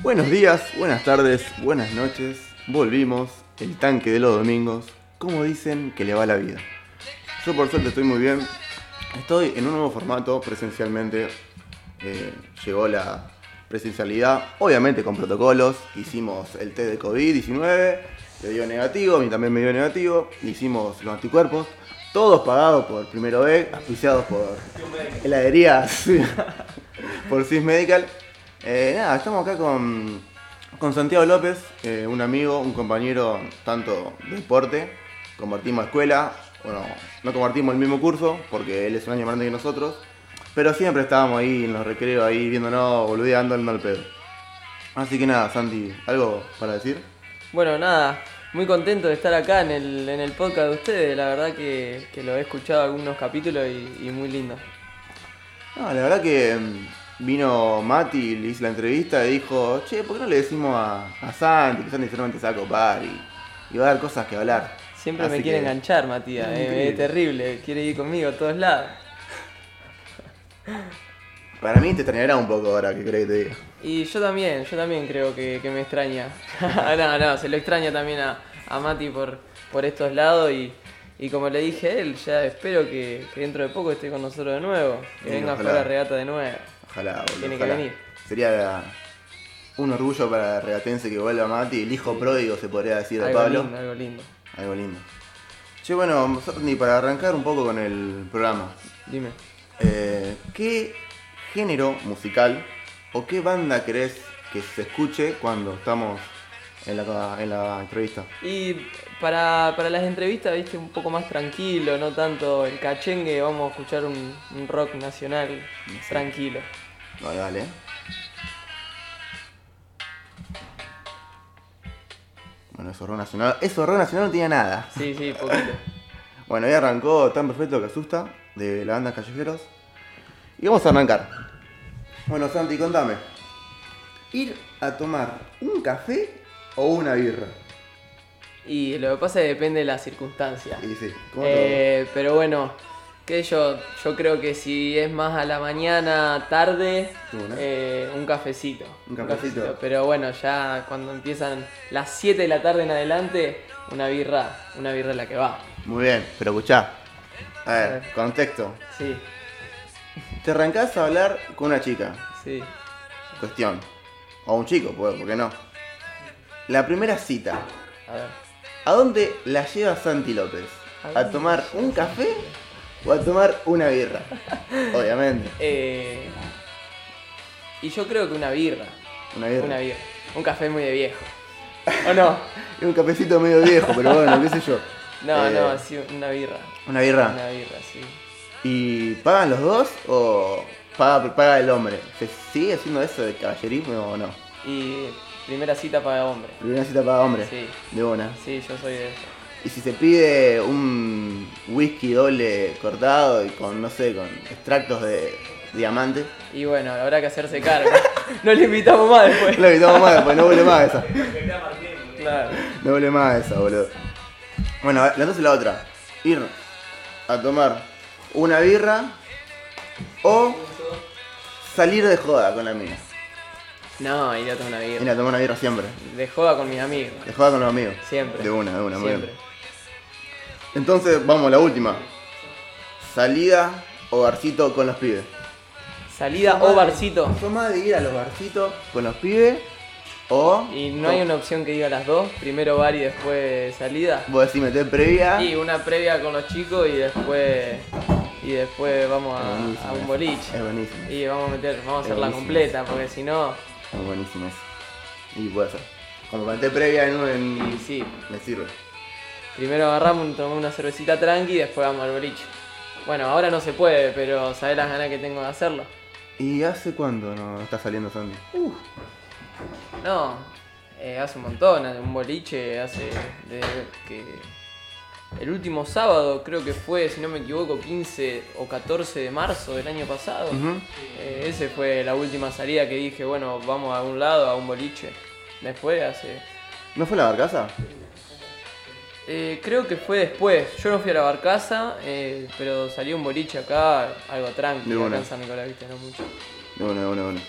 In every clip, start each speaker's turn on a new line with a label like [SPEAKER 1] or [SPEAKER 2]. [SPEAKER 1] Buenos días, buenas tardes, buenas noches. Volvimos, el tanque de los domingos. Como dicen que le va la vida? Yo por suerte estoy muy bien. Estoy en un nuevo formato presencialmente. Eh, llegó la presencialidad, obviamente con protocolos. Hicimos el test de COVID-19, le dio negativo, a mí también me dio negativo. Hicimos los anticuerpos, todos pagados por Primero B, auspiciados por heladerías, por Cis Medical. Eh, nada, estamos acá con, con Santiago López, eh, un amigo, un compañero tanto de deporte, compartimos escuela, bueno, no compartimos el mismo curso porque él es un año más grande que nosotros, pero siempre estábamos ahí en los recreos, ahí viéndonos, boludeando, andando al pedo. Así que nada, Santi, ¿algo para decir?
[SPEAKER 2] Bueno, nada, muy contento de estar acá en el, en el podcast de ustedes. La verdad que, que lo he escuchado algunos capítulos y, y muy lindo.
[SPEAKER 1] No, la verdad que mm, vino Mati, le hice la entrevista y dijo, che, ¿por qué no le decimos a, a Santi? Que Santi solamente se va a copar y, y va a dar cosas que hablar.
[SPEAKER 2] Siempre
[SPEAKER 1] Así
[SPEAKER 2] me quiere
[SPEAKER 1] que-
[SPEAKER 2] enganchar, Matías. eh,
[SPEAKER 1] Increíble.
[SPEAKER 2] es terrible, quiere ir conmigo a todos lados.
[SPEAKER 1] Para mí te extrañará un poco ahora, que crees que te diga.
[SPEAKER 2] Y yo también, yo también creo que, que me extraña. no, no, se lo extraña también a, a Mati por, por estos lados y, y como le dije a él, ya espero que, que dentro de poco esté con nosotros de nuevo, que
[SPEAKER 1] Sí,
[SPEAKER 2] venga a
[SPEAKER 1] ojalá.
[SPEAKER 2] jugar a regata de nuevo.
[SPEAKER 1] Ojalá, boludo.
[SPEAKER 2] Tiene que
[SPEAKER 1] ojalá.
[SPEAKER 2] venir.
[SPEAKER 1] Sería un orgullo para el regatense que vuelva Mati, el hijo pródigo se podría decir de
[SPEAKER 2] Algo
[SPEAKER 1] Pablo.
[SPEAKER 2] lindo, algo lindo.
[SPEAKER 1] Algo lindo. Che, bueno, Santi, para arrancar un poco con el programa,
[SPEAKER 2] Dime.
[SPEAKER 1] eh, ¿qué género musical o qué banda crees que se escuche cuando estamos en la, en la entrevista?
[SPEAKER 2] Y para, para las entrevistas, viste, un poco más tranquilo, no tanto el cachengue, vamos a escuchar un, un rock nacional tranquilo.
[SPEAKER 1] Vale, vale. Bueno, eso rock nacional. Eso rock nacional no tenía nada.
[SPEAKER 2] Sí, sí, poquito.
[SPEAKER 1] Bueno, ahí arrancó Tan Perfecto que Asusta, de la banda Callejeros. Y vamos a arrancar. Bueno, Santi, contame. ¿Ir a tomar un café o una birra?
[SPEAKER 2] Y lo que pasa es que depende de las circunstancias.
[SPEAKER 1] Y sí, ¿cómo te-
[SPEAKER 2] Eh, pero bueno, qué sé yo, yo creo que si es más a la mañana, tarde,
[SPEAKER 1] Tú, ¿no?
[SPEAKER 2] eh, un cafecito.
[SPEAKER 1] Un cafecito.
[SPEAKER 2] Pero bueno, ya cuando empiezan las 7 de la tarde en adelante, una birra, una birra es la que va.
[SPEAKER 1] Muy bien, pero escuchá. A ver, contexto.
[SPEAKER 2] Sí,
[SPEAKER 1] Te arrancás a hablar con una chica,
[SPEAKER 2] sí.
[SPEAKER 1] cuestión. O un chico, pues, ¿por qué no? La primera cita.
[SPEAKER 2] A ver.
[SPEAKER 1] ¿A dónde la lleva Santi López?
[SPEAKER 2] ¿A
[SPEAKER 1] ¿A
[SPEAKER 2] dónde
[SPEAKER 1] tomar un café o a tomar una birra? Obviamente,
[SPEAKER 2] Eh, y yo creo que una birra.
[SPEAKER 1] una birra.
[SPEAKER 2] Una birra. Un café muy de viejo. ¿O no?
[SPEAKER 1] Es un cafecito medio viejo, pero bueno, qué sé yo.
[SPEAKER 2] No,
[SPEAKER 1] Eh,
[SPEAKER 2] no, sí, una birra.
[SPEAKER 1] Una birra.
[SPEAKER 2] Una birra, sí.
[SPEAKER 1] ¿Y pagan los dos o paga, paga el hombre? ¿Se sigue haciendo eso de caballerismo o no?
[SPEAKER 2] Y primera cita para hombre.
[SPEAKER 1] Primera cita paga hombre.
[SPEAKER 2] Sí.
[SPEAKER 1] De una.
[SPEAKER 2] Sí, yo soy de eso.
[SPEAKER 1] Y si se pide un whisky doble cortado y con, no sé, con extractos de diamante.
[SPEAKER 2] Y bueno, habrá que hacerse cargo. no le invitamos más después.
[SPEAKER 1] Lo evitamos más, pues no vuelve más esa.
[SPEAKER 2] Claro.
[SPEAKER 1] No vuelve más esa, boludo. Bueno, a ver, entonces la otra. Ir a tomar una birra o salir de joda con la mina.
[SPEAKER 2] No, iría a tomar una birra.
[SPEAKER 1] Mira, tomar una birra siempre.
[SPEAKER 2] De joda con mis amigos.
[SPEAKER 1] De joda con los amigos.
[SPEAKER 2] Siempre.
[SPEAKER 1] De una, de una, muy
[SPEAKER 2] Siempre.
[SPEAKER 1] bien. Entonces, vamos, la última. Salida o barcito con los pibes.
[SPEAKER 2] Salida o barcito.
[SPEAKER 1] ¿Son más de ir a los barcitos con los pibes o...?
[SPEAKER 2] Y no hay una opción que diga las dos. Primero bar y después salida.
[SPEAKER 1] Vos decís meter previa.
[SPEAKER 2] Sí, una previa con los chicos y después y después vamos
[SPEAKER 1] Es buenísimo
[SPEAKER 2] a, a
[SPEAKER 1] eso.
[SPEAKER 2] un
[SPEAKER 1] Es
[SPEAKER 2] boliche.
[SPEAKER 1] buenísimo.
[SPEAKER 2] Y vamos a meter, vamos a
[SPEAKER 1] Es
[SPEAKER 2] hacerla
[SPEAKER 1] buenísimo
[SPEAKER 2] completa, porque si no,
[SPEAKER 1] Es buenísimo eso. Y puede ser. Como para meter previa en un... en-
[SPEAKER 2] y sí.
[SPEAKER 1] Me sirve.
[SPEAKER 2] Primero agarramos, tomamos una cervecita tranqui y después vamos al boliche. Bueno, ahora no se puede, pero sabés las ganas que tengo de hacerlo.
[SPEAKER 1] ¿Y hace cuánto no está saliendo Sandy?
[SPEAKER 2] No, eh, hace un montón, hace un boliche, hace desde que... El último sábado creo que fue, si no me equivoco, 15 o 14 de marzo del año pasado.
[SPEAKER 1] Ujú.
[SPEAKER 2] Eh, ese fue la última salida que dije, bueno, vamos a un lado, a un boliche. Después hace...
[SPEAKER 1] ¿No fue la barcaza?
[SPEAKER 2] eh, creo que fue después. Yo no fui a la barcaza, eh, pero salió un boliche acá, algo
[SPEAKER 1] De
[SPEAKER 2] tranquilo,
[SPEAKER 1] una.
[SPEAKER 2] acá en San Nicolás, viste, no mucho.
[SPEAKER 1] De una, de una, de una.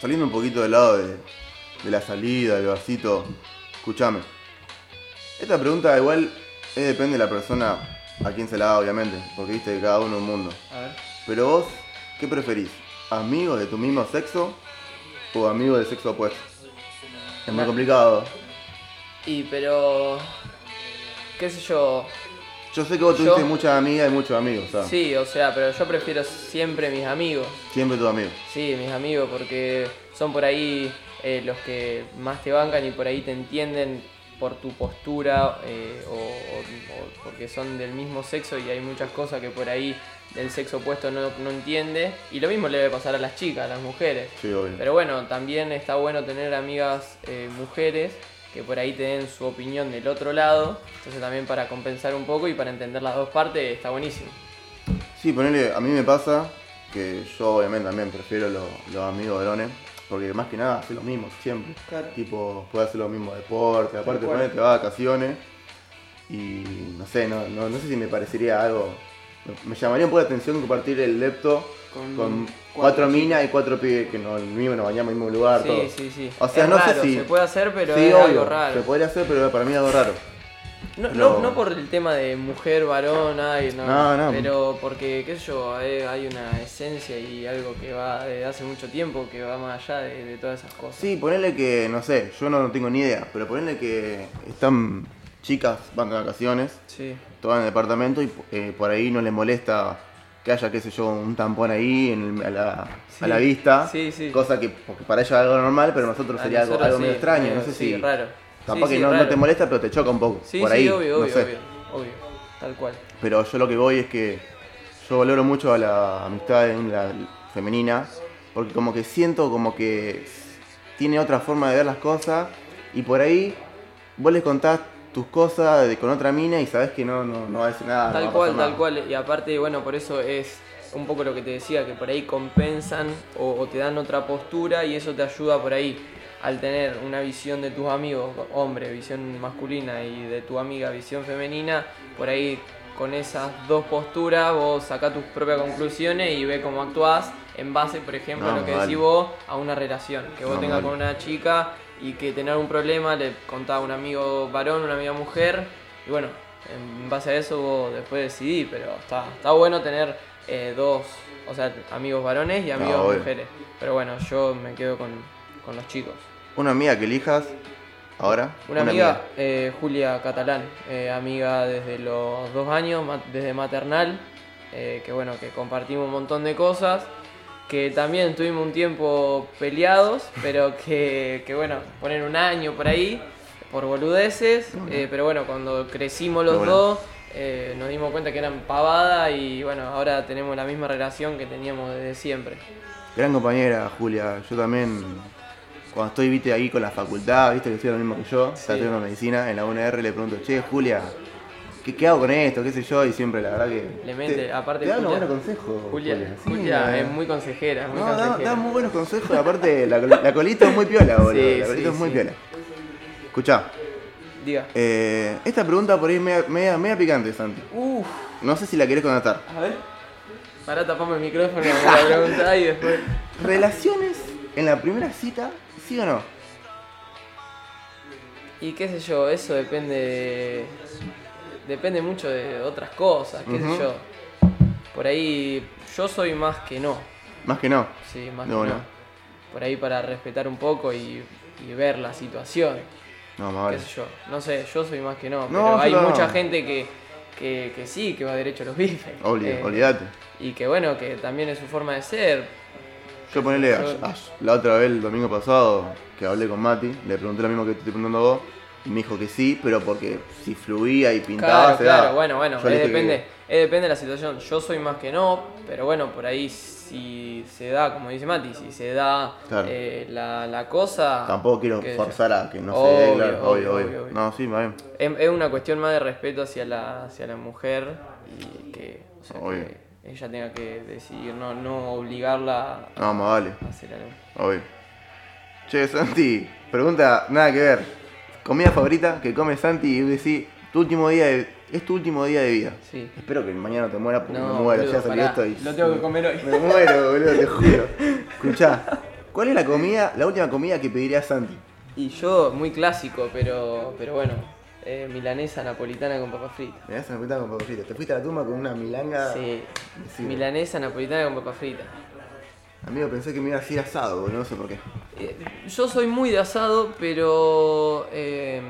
[SPEAKER 1] Saliendo un poquito del lado de, de la salida, del vasito. Escúchame. Esta pregunta igual eh, depende de la persona a quien se la da, obviamente, porque viste que cada uno es un mundo.
[SPEAKER 2] A ver.
[SPEAKER 1] Pero vos, ¿qué preferís? ¿Amigos de tu mismo sexo o amigos del sexo opuesto? Es muy
[SPEAKER 2] Claro.
[SPEAKER 1] complicado.
[SPEAKER 2] Y pero. ¿Qué sé yo?
[SPEAKER 1] Yo sé que vos
[SPEAKER 2] Yo-
[SPEAKER 1] tuviste muchas amigas y muchos amigos, o sea,
[SPEAKER 2] Sí, o sea, pero yo prefiero siempre mis amigos.
[SPEAKER 1] siempre tus amigos.
[SPEAKER 2] Sí, mis amigos, porque son por ahí eh, los que más te bancan y por ahí te entienden por tu postura eh, o, o- o porque son del mismo sexo y hay muchas cosas que por ahí del sexo opuesto no, no entiende. Y lo mismo le debe pasar a las chicas, a las mujeres.
[SPEAKER 1] Sí, obvio.
[SPEAKER 2] Pero bueno, también está bueno tener amigas eh, mujeres que por ahí te den su opinión del otro lado. Entonces también para compensar un poco y para entender las dos partes está buenísimo.
[SPEAKER 1] Sí, ponele, a mí me pasa que yo obviamente también prefiero lo- los amigos varones, porque más que nada hace lo mismo siempre.
[SPEAKER 2] Claro.
[SPEAKER 1] Tipo, puede hacer los mismos deportes, aparte
[SPEAKER 2] cual.
[SPEAKER 1] ponele, te va de vacaciones y no sé, no, no, no sé si me parecería algo... Me llamaría un poco la atención compartir el lepto
[SPEAKER 2] Con
[SPEAKER 1] con,
[SPEAKER 2] cuatro
[SPEAKER 1] cuatro, minas y cuatro pibes que nos mismo nos bañamos en el mismo lugar, todo.
[SPEAKER 2] Sí, sí, sí.
[SPEAKER 1] O sea,
[SPEAKER 2] Es
[SPEAKER 1] no
[SPEAKER 2] raro,
[SPEAKER 1] sé si...
[SPEAKER 2] se puede hacer, pero
[SPEAKER 1] sí,
[SPEAKER 2] es
[SPEAKER 1] obvio,
[SPEAKER 2] algo raro.
[SPEAKER 1] se podría hacer, pero para mí es algo raro.
[SPEAKER 2] No,
[SPEAKER 1] pero-
[SPEAKER 2] no, no por el tema de mujer, varón, ay, no,
[SPEAKER 1] No, no.
[SPEAKER 2] Pero porque, qué sé yo, hay, hay una esencia y algo que va desde hace mucho tiempo que va más allá de, de todas esas cosas.
[SPEAKER 1] Sí, ponele que, no sé, yo no tengo ni idea, pero ponele que están chicas, van de vacaciones,
[SPEAKER 2] Sí.
[SPEAKER 1] todas en el departamento y eh, por ahí no les molesta que haya, qué sé yo, un tampón ahí en el- a, la,
[SPEAKER 2] Sí.
[SPEAKER 1] a la vista.
[SPEAKER 2] Sí, sí.
[SPEAKER 1] Cosa que porque para ella es algo normal, pero nosotros
[SPEAKER 2] A
[SPEAKER 1] sería algo,
[SPEAKER 2] nosotros
[SPEAKER 1] algo
[SPEAKER 2] sí,
[SPEAKER 1] medio extraño,
[SPEAKER 2] medio-
[SPEAKER 1] no sé
[SPEAKER 2] sí,
[SPEAKER 1] si...
[SPEAKER 2] raro.
[SPEAKER 1] Tampoco
[SPEAKER 2] Sí,
[SPEAKER 1] que
[SPEAKER 2] sí,
[SPEAKER 1] no, no
[SPEAKER 2] raro.
[SPEAKER 1] te molesta, pero te choca un poco.
[SPEAKER 2] Sí,
[SPEAKER 1] por
[SPEAKER 2] sí,
[SPEAKER 1] ahí,
[SPEAKER 2] obvio,
[SPEAKER 1] no
[SPEAKER 2] obvio,
[SPEAKER 1] sé.
[SPEAKER 2] obvio, obvio. Tal cual.
[SPEAKER 1] Pero yo lo que voy es que yo valoro mucho a la amistad en la femenina, porque como que siento como que tiene otra forma de ver las cosas y por ahí vos les contás tus cosas de- con otra mina y sabés que no, no, no va a decir nada. no va
[SPEAKER 2] Tal
[SPEAKER 1] a
[SPEAKER 2] cual,
[SPEAKER 1] pasar nada.
[SPEAKER 2] tal cual. Y aparte, bueno, por eso es un poco lo que te decía, que por ahí compensan o, o te dan otra postura y eso te ayuda por ahí. Al tener una visión de tus amigos, hombre, visión masculina y de tu amiga, visión femenina, por ahí con esas dos posturas vos sacás tus propias conclusiones y ve cómo actuás en base, por ejemplo, a
[SPEAKER 1] No,
[SPEAKER 2] lo que
[SPEAKER 1] vale.
[SPEAKER 2] decís vos, a una relación que vos
[SPEAKER 1] No,
[SPEAKER 2] tengas
[SPEAKER 1] Ah, vale.
[SPEAKER 2] con una chica y que tener un problema le contaba a un amigo varón, una amiga mujer. Y bueno, en base a eso vos después decidí, pero está, está bueno tener eh, dos, o sea, amigos varones y amigos
[SPEAKER 1] Ah, obvio.
[SPEAKER 2] mujeres. Pero bueno, yo me quedo con, con los chicos.
[SPEAKER 1] Una amiga que elijas ahora.
[SPEAKER 2] Una, amiga, eh, Julia Catalán, eh, amiga desde los dos años, ma- desde maternal, eh, que bueno, que compartimos un montón de cosas, que también tuvimos un tiempo peleados, pero que, que bueno, poner un año por ahí, por boludeces, eh, pero bueno, cuando crecimos los
[SPEAKER 1] Pero bueno.
[SPEAKER 2] dos, eh, nos dimos cuenta que eran pavada y bueno, ahora tenemos la misma relación que teníamos desde siempre.
[SPEAKER 1] Gran compañera, Julia. Yo también, cuando estoy viste, ahí con la facultad, viste que estoy lo mismo que yo, está estudiando medicina, en la UNR le pregunto, che, Julia, ¿qué, qué hago con esto? ¿Qué sé yo? Y siempre, la verdad que...
[SPEAKER 2] Le mete,
[SPEAKER 1] te-
[SPEAKER 2] aparte
[SPEAKER 1] Te da
[SPEAKER 2] Julia-
[SPEAKER 1] buenos consejos.
[SPEAKER 2] Julia,
[SPEAKER 1] Oh, Sí,
[SPEAKER 2] Julia
[SPEAKER 1] eh.
[SPEAKER 2] es muy consejera, es muy
[SPEAKER 1] No, da,
[SPEAKER 2] consejera.
[SPEAKER 1] da muy buenos consejos. Aparte, la, la colita es muy piola, boludo.
[SPEAKER 2] Sí,
[SPEAKER 1] la colita
[SPEAKER 2] sí,
[SPEAKER 1] es muy
[SPEAKER 2] sí.
[SPEAKER 1] piola. Escuchá,
[SPEAKER 2] Diga.
[SPEAKER 1] eh, esta pregunta por ahí es media, media, media picante, Santi.
[SPEAKER 2] Uf.
[SPEAKER 1] No sé si la querés contestar.
[SPEAKER 2] A ver. Pará, tapame el micrófono me la pregunta y después.
[SPEAKER 1] ¿Relaciones en la primera cita, sí o no?
[SPEAKER 2] Y qué sé yo, eso depende de. Depende mucho de otras cosas, qué
[SPEAKER 1] Ujú.
[SPEAKER 2] sé yo. Por ahí yo soy más que no.
[SPEAKER 1] Más que no.
[SPEAKER 2] Sí, más
[SPEAKER 1] De
[SPEAKER 2] que
[SPEAKER 1] una.
[SPEAKER 2] no. Por ahí para respetar un poco y, y ver la situación.
[SPEAKER 1] No, más vale.
[SPEAKER 2] Qué sé yo. No sé, yo soy más que no.
[SPEAKER 1] No,
[SPEAKER 2] Pero
[SPEAKER 1] yo
[SPEAKER 2] hay
[SPEAKER 1] no.
[SPEAKER 2] mucha gente que, que, que sí, que va derecho a los bifes.
[SPEAKER 1] Oli-
[SPEAKER 2] Eh,
[SPEAKER 1] olvidate.
[SPEAKER 2] Y que bueno, que también es su forma de ser.
[SPEAKER 1] Yo ponele a-
[SPEAKER 2] yo-
[SPEAKER 1] a- la otra vez, el domingo pasado, que hablé con Mati, le pregunté lo mismo que te estoy preguntando a vos. Y me dijo que sí, pero porque si fluía y pintaba,
[SPEAKER 2] Claro,
[SPEAKER 1] se
[SPEAKER 2] claro,
[SPEAKER 1] daba.
[SPEAKER 2] bueno, bueno,
[SPEAKER 1] Yo le
[SPEAKER 2] eh,
[SPEAKER 1] dije que-
[SPEAKER 2] depende, eh, depende de la situación. Yo soy más que no, pero bueno, por ahí si se da, como dice Mati, si se da
[SPEAKER 1] Claro.
[SPEAKER 2] eh, la, la cosa...
[SPEAKER 1] Tampoco quiero
[SPEAKER 2] qué sé yo.
[SPEAKER 1] forzar a que no se dé,
[SPEAKER 2] Obvio,
[SPEAKER 1] claro,
[SPEAKER 2] obvio,
[SPEAKER 1] obvio, obvio.
[SPEAKER 2] obvio, obvio.
[SPEAKER 1] No, sí, va bien.
[SPEAKER 2] Es, es una cuestión más de respeto hacia la, hacia la mujer y que, o sea,
[SPEAKER 1] Obvio.
[SPEAKER 2] que ella tenga que decidir, no, no obligarla
[SPEAKER 1] No, más vale,
[SPEAKER 2] a hacer algo.
[SPEAKER 1] obvio. Che, Santi, pregunta nada que ver. Comida favorita que come Santi y decís, tu último día de, es tu último día de vida.
[SPEAKER 2] Sí.
[SPEAKER 1] Espero que mañana no te muera porque
[SPEAKER 2] No,
[SPEAKER 1] me muero,
[SPEAKER 2] boludo,
[SPEAKER 1] ya salí
[SPEAKER 2] pará,
[SPEAKER 1] esto y...
[SPEAKER 2] lo tengo que comer hoy.
[SPEAKER 1] Me muero, boludo, te juro. Escuchá, ¿cuál es la comida, la última comida que pediría Santi?
[SPEAKER 2] Y yo, muy clásico, pero, pero bueno, eh, milanesa napolitana con papas fritas.
[SPEAKER 1] Me das una puta con papas fritas. Te fuiste a la tumba con una milanga.
[SPEAKER 2] Sí,
[SPEAKER 1] Ah. Sí.
[SPEAKER 2] milanesa napolitana con papas fritas.
[SPEAKER 1] Amigo, pensé que me iba a decir asado, boludo, no sé por qué.
[SPEAKER 2] Eh, Yo soy muy de asado, pero eh,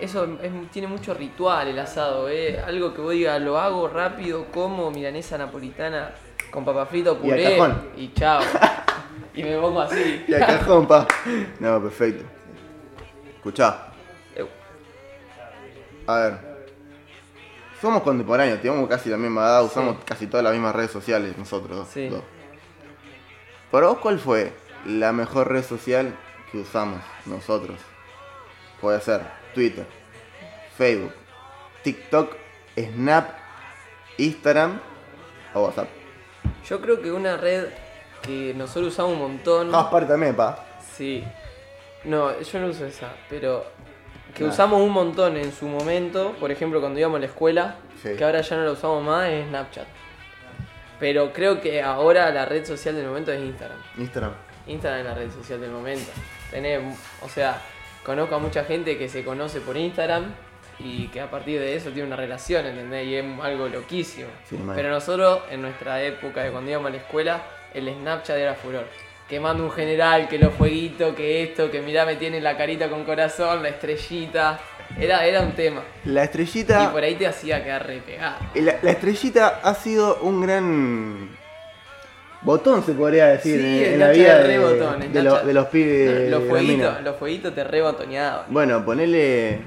[SPEAKER 2] eso es- tiene mucho ritual el asado. eh. Algo que vos digas, lo hago rápido, como milanesa napolitana con papa frita o
[SPEAKER 1] Y al
[SPEAKER 2] puré
[SPEAKER 1] cajón.
[SPEAKER 2] y, chao. y me pongo así.
[SPEAKER 1] Y al cajón, pa. No, perfecto. Escuchá,
[SPEAKER 2] Eh,
[SPEAKER 1] a ver. Somos contemporáneos, tenemos casi la misma edad, usamos
[SPEAKER 2] Sí.
[SPEAKER 1] casi todas las mismas redes sociales nosotros dos.
[SPEAKER 2] Sí.
[SPEAKER 1] dos. ¿Para vos cuál fue la mejor red social que usamos nosotros? Puede ser Twitter, Facebook, TikTok, Snap, Instagram o WhatsApp.
[SPEAKER 2] Yo creo que una red que nosotros usamos un montón.
[SPEAKER 1] Jaspar también, pa.
[SPEAKER 2] Sí. No, yo no uso esa, pero que
[SPEAKER 1] Nah.
[SPEAKER 2] usamos un montón en su momento, por ejemplo cuando íbamos a la escuela,
[SPEAKER 1] Sí.
[SPEAKER 2] que ahora ya no la usamos más, es Snapchat. Pero creo que ahora la red social del momento es Instagram.
[SPEAKER 1] Instagram.
[SPEAKER 2] Instagram es la red social del momento. Tenés, o sea, conozco a mucha gente que se conoce por Instagram y que a partir de eso tiene una relación, ¿entendés? Y es algo loquísimo.
[SPEAKER 1] Sí, mal.
[SPEAKER 2] Pero nosotros, en nuestra época de cuando íbamos a la escuela, el Snapchat era furor. Que manda un general, que los fueguitos, que esto, que mirá, me tiene la carita con corazón, la estrellita. Era, era un tema.
[SPEAKER 1] La
[SPEAKER 2] Y
[SPEAKER 1] estrellita.
[SPEAKER 2] por ahí te hacía quedar re pegado.
[SPEAKER 1] eh, La, la estrellita ha sido un gran botón, se podría decir, en,
[SPEAKER 2] Sí,
[SPEAKER 1] en
[SPEAKER 2] el
[SPEAKER 1] la
[SPEAKER 2] Nacha
[SPEAKER 1] vida
[SPEAKER 2] de
[SPEAKER 1] de,
[SPEAKER 2] rebotón, el
[SPEAKER 1] de lo-
[SPEAKER 2] Nacha.
[SPEAKER 1] de los pibes.
[SPEAKER 2] los,
[SPEAKER 1] de la
[SPEAKER 2] fueguitos,
[SPEAKER 1] mina.
[SPEAKER 2] los fueguitos te rebotoneaban.
[SPEAKER 1] Bueno, ponele.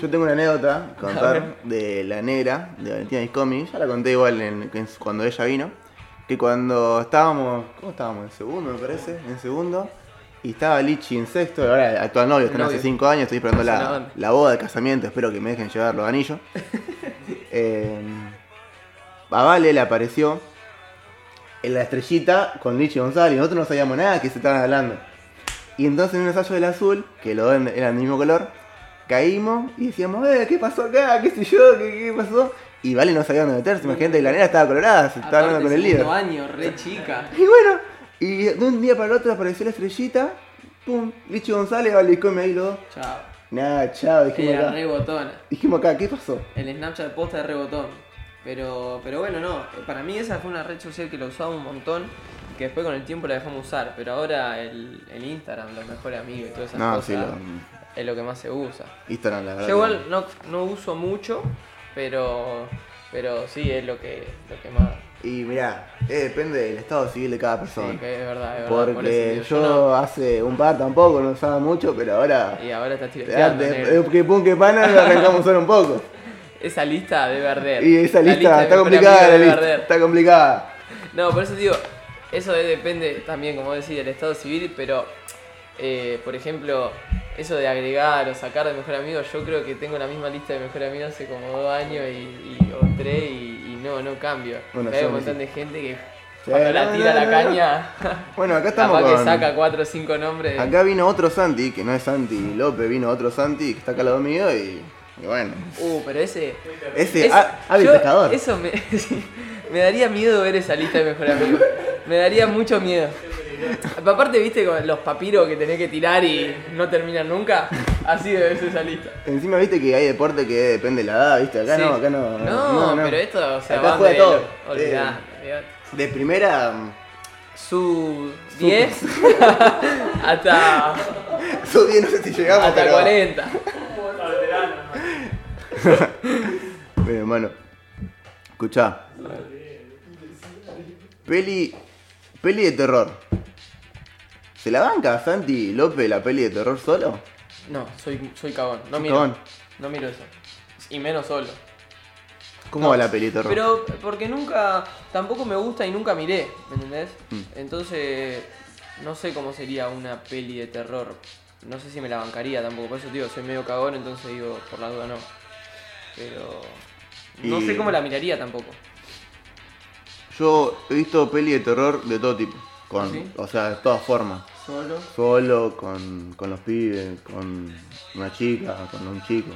[SPEAKER 1] Yo tengo una anécdota que contar de la negra, de Valentina Discomi. Ya la conté igual en- en- cuando ella vino. Que cuando estábamos. ¿Cómo estábamos? En segundo, me parece. En segundo. Y estaba Lichi en sexto. Ahora el actual novio, están hace
[SPEAKER 2] Novio.
[SPEAKER 1] cinco años. Estoy esperando
[SPEAKER 2] Es una
[SPEAKER 1] la,
[SPEAKER 2] banda.
[SPEAKER 1] la boda de casamiento. Espero que me dejen llevar los anillos. Eh, a Vale le apareció en la estrellita con Lichi González. Nosotros no sabíamos nada que se estaban hablando. Y entonces en un ensayo del azul, que los dos eran del mismo color, caímos y decíamos, eh, ¿qué pasó acá? ¿Qué sé yo? ¿Qué, qué pasó? Y Vale no sabía dónde meterse, imagínate que la nena estaba colorada, se estaba hablando
[SPEAKER 2] Aparte,
[SPEAKER 1] con el líder.
[SPEAKER 2] segundo año, re chica.
[SPEAKER 1] Y bueno, y de un día para el otro apareció la estrellita, pum, Lichi González, Vale, come ahí los dos.
[SPEAKER 2] Chao.
[SPEAKER 1] Nada, chao, dijimos
[SPEAKER 2] Era
[SPEAKER 1] acá.
[SPEAKER 2] rebotona.
[SPEAKER 1] Dijimos acá, ¿qué pasó?
[SPEAKER 2] El Snapchat posta de rebotón. Pero, pero bueno, no. Para mí esa fue una red social que la usaba un montón. Que después con el tiempo la dejamos usar. Pero ahora el, el Instagram, los mejores amigos y todas esas
[SPEAKER 1] No,
[SPEAKER 2] cosas.
[SPEAKER 1] sí, lo-
[SPEAKER 2] Es lo que más se usa.
[SPEAKER 1] Instagram, la verdad.
[SPEAKER 2] Yo igual no, no uso mucho. Pero, pero sí es lo que, lo que más.
[SPEAKER 1] Y mirá, eh, depende del estado civil de cada
[SPEAKER 2] Sí,
[SPEAKER 1] persona.
[SPEAKER 2] que es verdad, es verdad. por
[SPEAKER 1] Porque
[SPEAKER 2] ese
[SPEAKER 1] yo,
[SPEAKER 2] sentido, yo
[SPEAKER 1] hace un par tampoco, no usaba mucho, pero ahora...
[SPEAKER 2] no. Y ahora estás
[SPEAKER 1] Ya,
[SPEAKER 2] tiroteando.
[SPEAKER 1] de-
[SPEAKER 2] negro.
[SPEAKER 1] de- que pum que pana lo arrancamos solo un poco.
[SPEAKER 2] Esa lista debe arder.
[SPEAKER 1] eh, Y esa
[SPEAKER 2] La
[SPEAKER 1] lista,
[SPEAKER 2] de
[SPEAKER 1] está
[SPEAKER 2] mejores
[SPEAKER 1] complicada
[SPEAKER 2] amigos
[SPEAKER 1] la
[SPEAKER 2] debe
[SPEAKER 1] lista.
[SPEAKER 2] arder.
[SPEAKER 1] Está complicada.
[SPEAKER 2] No, por eso digo, eso es- depende también, como decís, del estado civil, pero, eh, por ejemplo, eso de agregar o sacar de mejor amigo, yo creo que tengo la misma lista de mejor amigo hace como dos años y, y- o tres y, y no, no cambio.
[SPEAKER 1] Bueno,
[SPEAKER 2] Hay
[SPEAKER 1] yo
[SPEAKER 2] un
[SPEAKER 1] me
[SPEAKER 2] montón
[SPEAKER 1] sí.
[SPEAKER 2] de gente que
[SPEAKER 1] Sí,
[SPEAKER 2] cuando la
[SPEAKER 1] no,
[SPEAKER 2] tira
[SPEAKER 1] no,
[SPEAKER 2] la
[SPEAKER 1] no,
[SPEAKER 2] caña,
[SPEAKER 1] Bueno, acá estamos
[SPEAKER 2] capaz que
[SPEAKER 1] con.
[SPEAKER 2] saca cuatro o cinco nombres.
[SPEAKER 1] Acá vino otro Santi, que no es Santi López, vino otro Santi que está acá al lado mío y. y bueno.
[SPEAKER 2] Uh, pero ese...
[SPEAKER 1] Ese,
[SPEAKER 2] Eso-
[SPEAKER 1] ah, hábil
[SPEAKER 2] yo-
[SPEAKER 1] pescador.
[SPEAKER 2] Eso me, sí, me daría miedo ver esa lista de mejor amigos. Me daría mucho miedo. Aparte, viste con los papiros que tenés que tirar y no terminan nunca. Así debe verse esa lista.
[SPEAKER 1] Encima viste que hay deporte que depende de la edad, viste. Acá
[SPEAKER 2] Sí.
[SPEAKER 1] no, acá no.
[SPEAKER 2] No, pero esto, o sea,
[SPEAKER 1] acá
[SPEAKER 2] van
[SPEAKER 1] juega
[SPEAKER 2] de-
[SPEAKER 1] todo.
[SPEAKER 2] olvidá,
[SPEAKER 1] Eh,
[SPEAKER 2] olvidá.
[SPEAKER 1] de primera. mm,
[SPEAKER 2] Su 10 hasta,
[SPEAKER 1] Sub 10 no sé si llegamos,
[SPEAKER 2] hasta
[SPEAKER 1] pero-
[SPEAKER 2] 40.
[SPEAKER 1] Bien, hermano. Escuchá. Peli. Peli de terror. ¿Se la banca Santi López la peli de terror solo?
[SPEAKER 2] No, soy, soy cagón. No
[SPEAKER 1] Soy
[SPEAKER 2] miro.
[SPEAKER 1] cagón.
[SPEAKER 2] No miro eso. Y menos solo.
[SPEAKER 1] ¿Cómo va la peli de terror?
[SPEAKER 2] Pero porque nunca, tampoco me gusta y nunca miré, ¿me entendés?
[SPEAKER 1] Mm.
[SPEAKER 2] Entonces, no sé cómo sería una peli de terror. No sé si me la bancaría tampoco, por eso te digo, soy medio cagón, entonces digo, por la duda no. Pero... No
[SPEAKER 1] Y-
[SPEAKER 2] sé cómo la miraría tampoco.
[SPEAKER 1] Yo he visto peli de terror de todo tipo. Con,
[SPEAKER 2] ¿Sí?
[SPEAKER 1] O sea, de todas formas.
[SPEAKER 2] Solo.
[SPEAKER 1] Solo, con, con los pibes, con una chica, con un chico.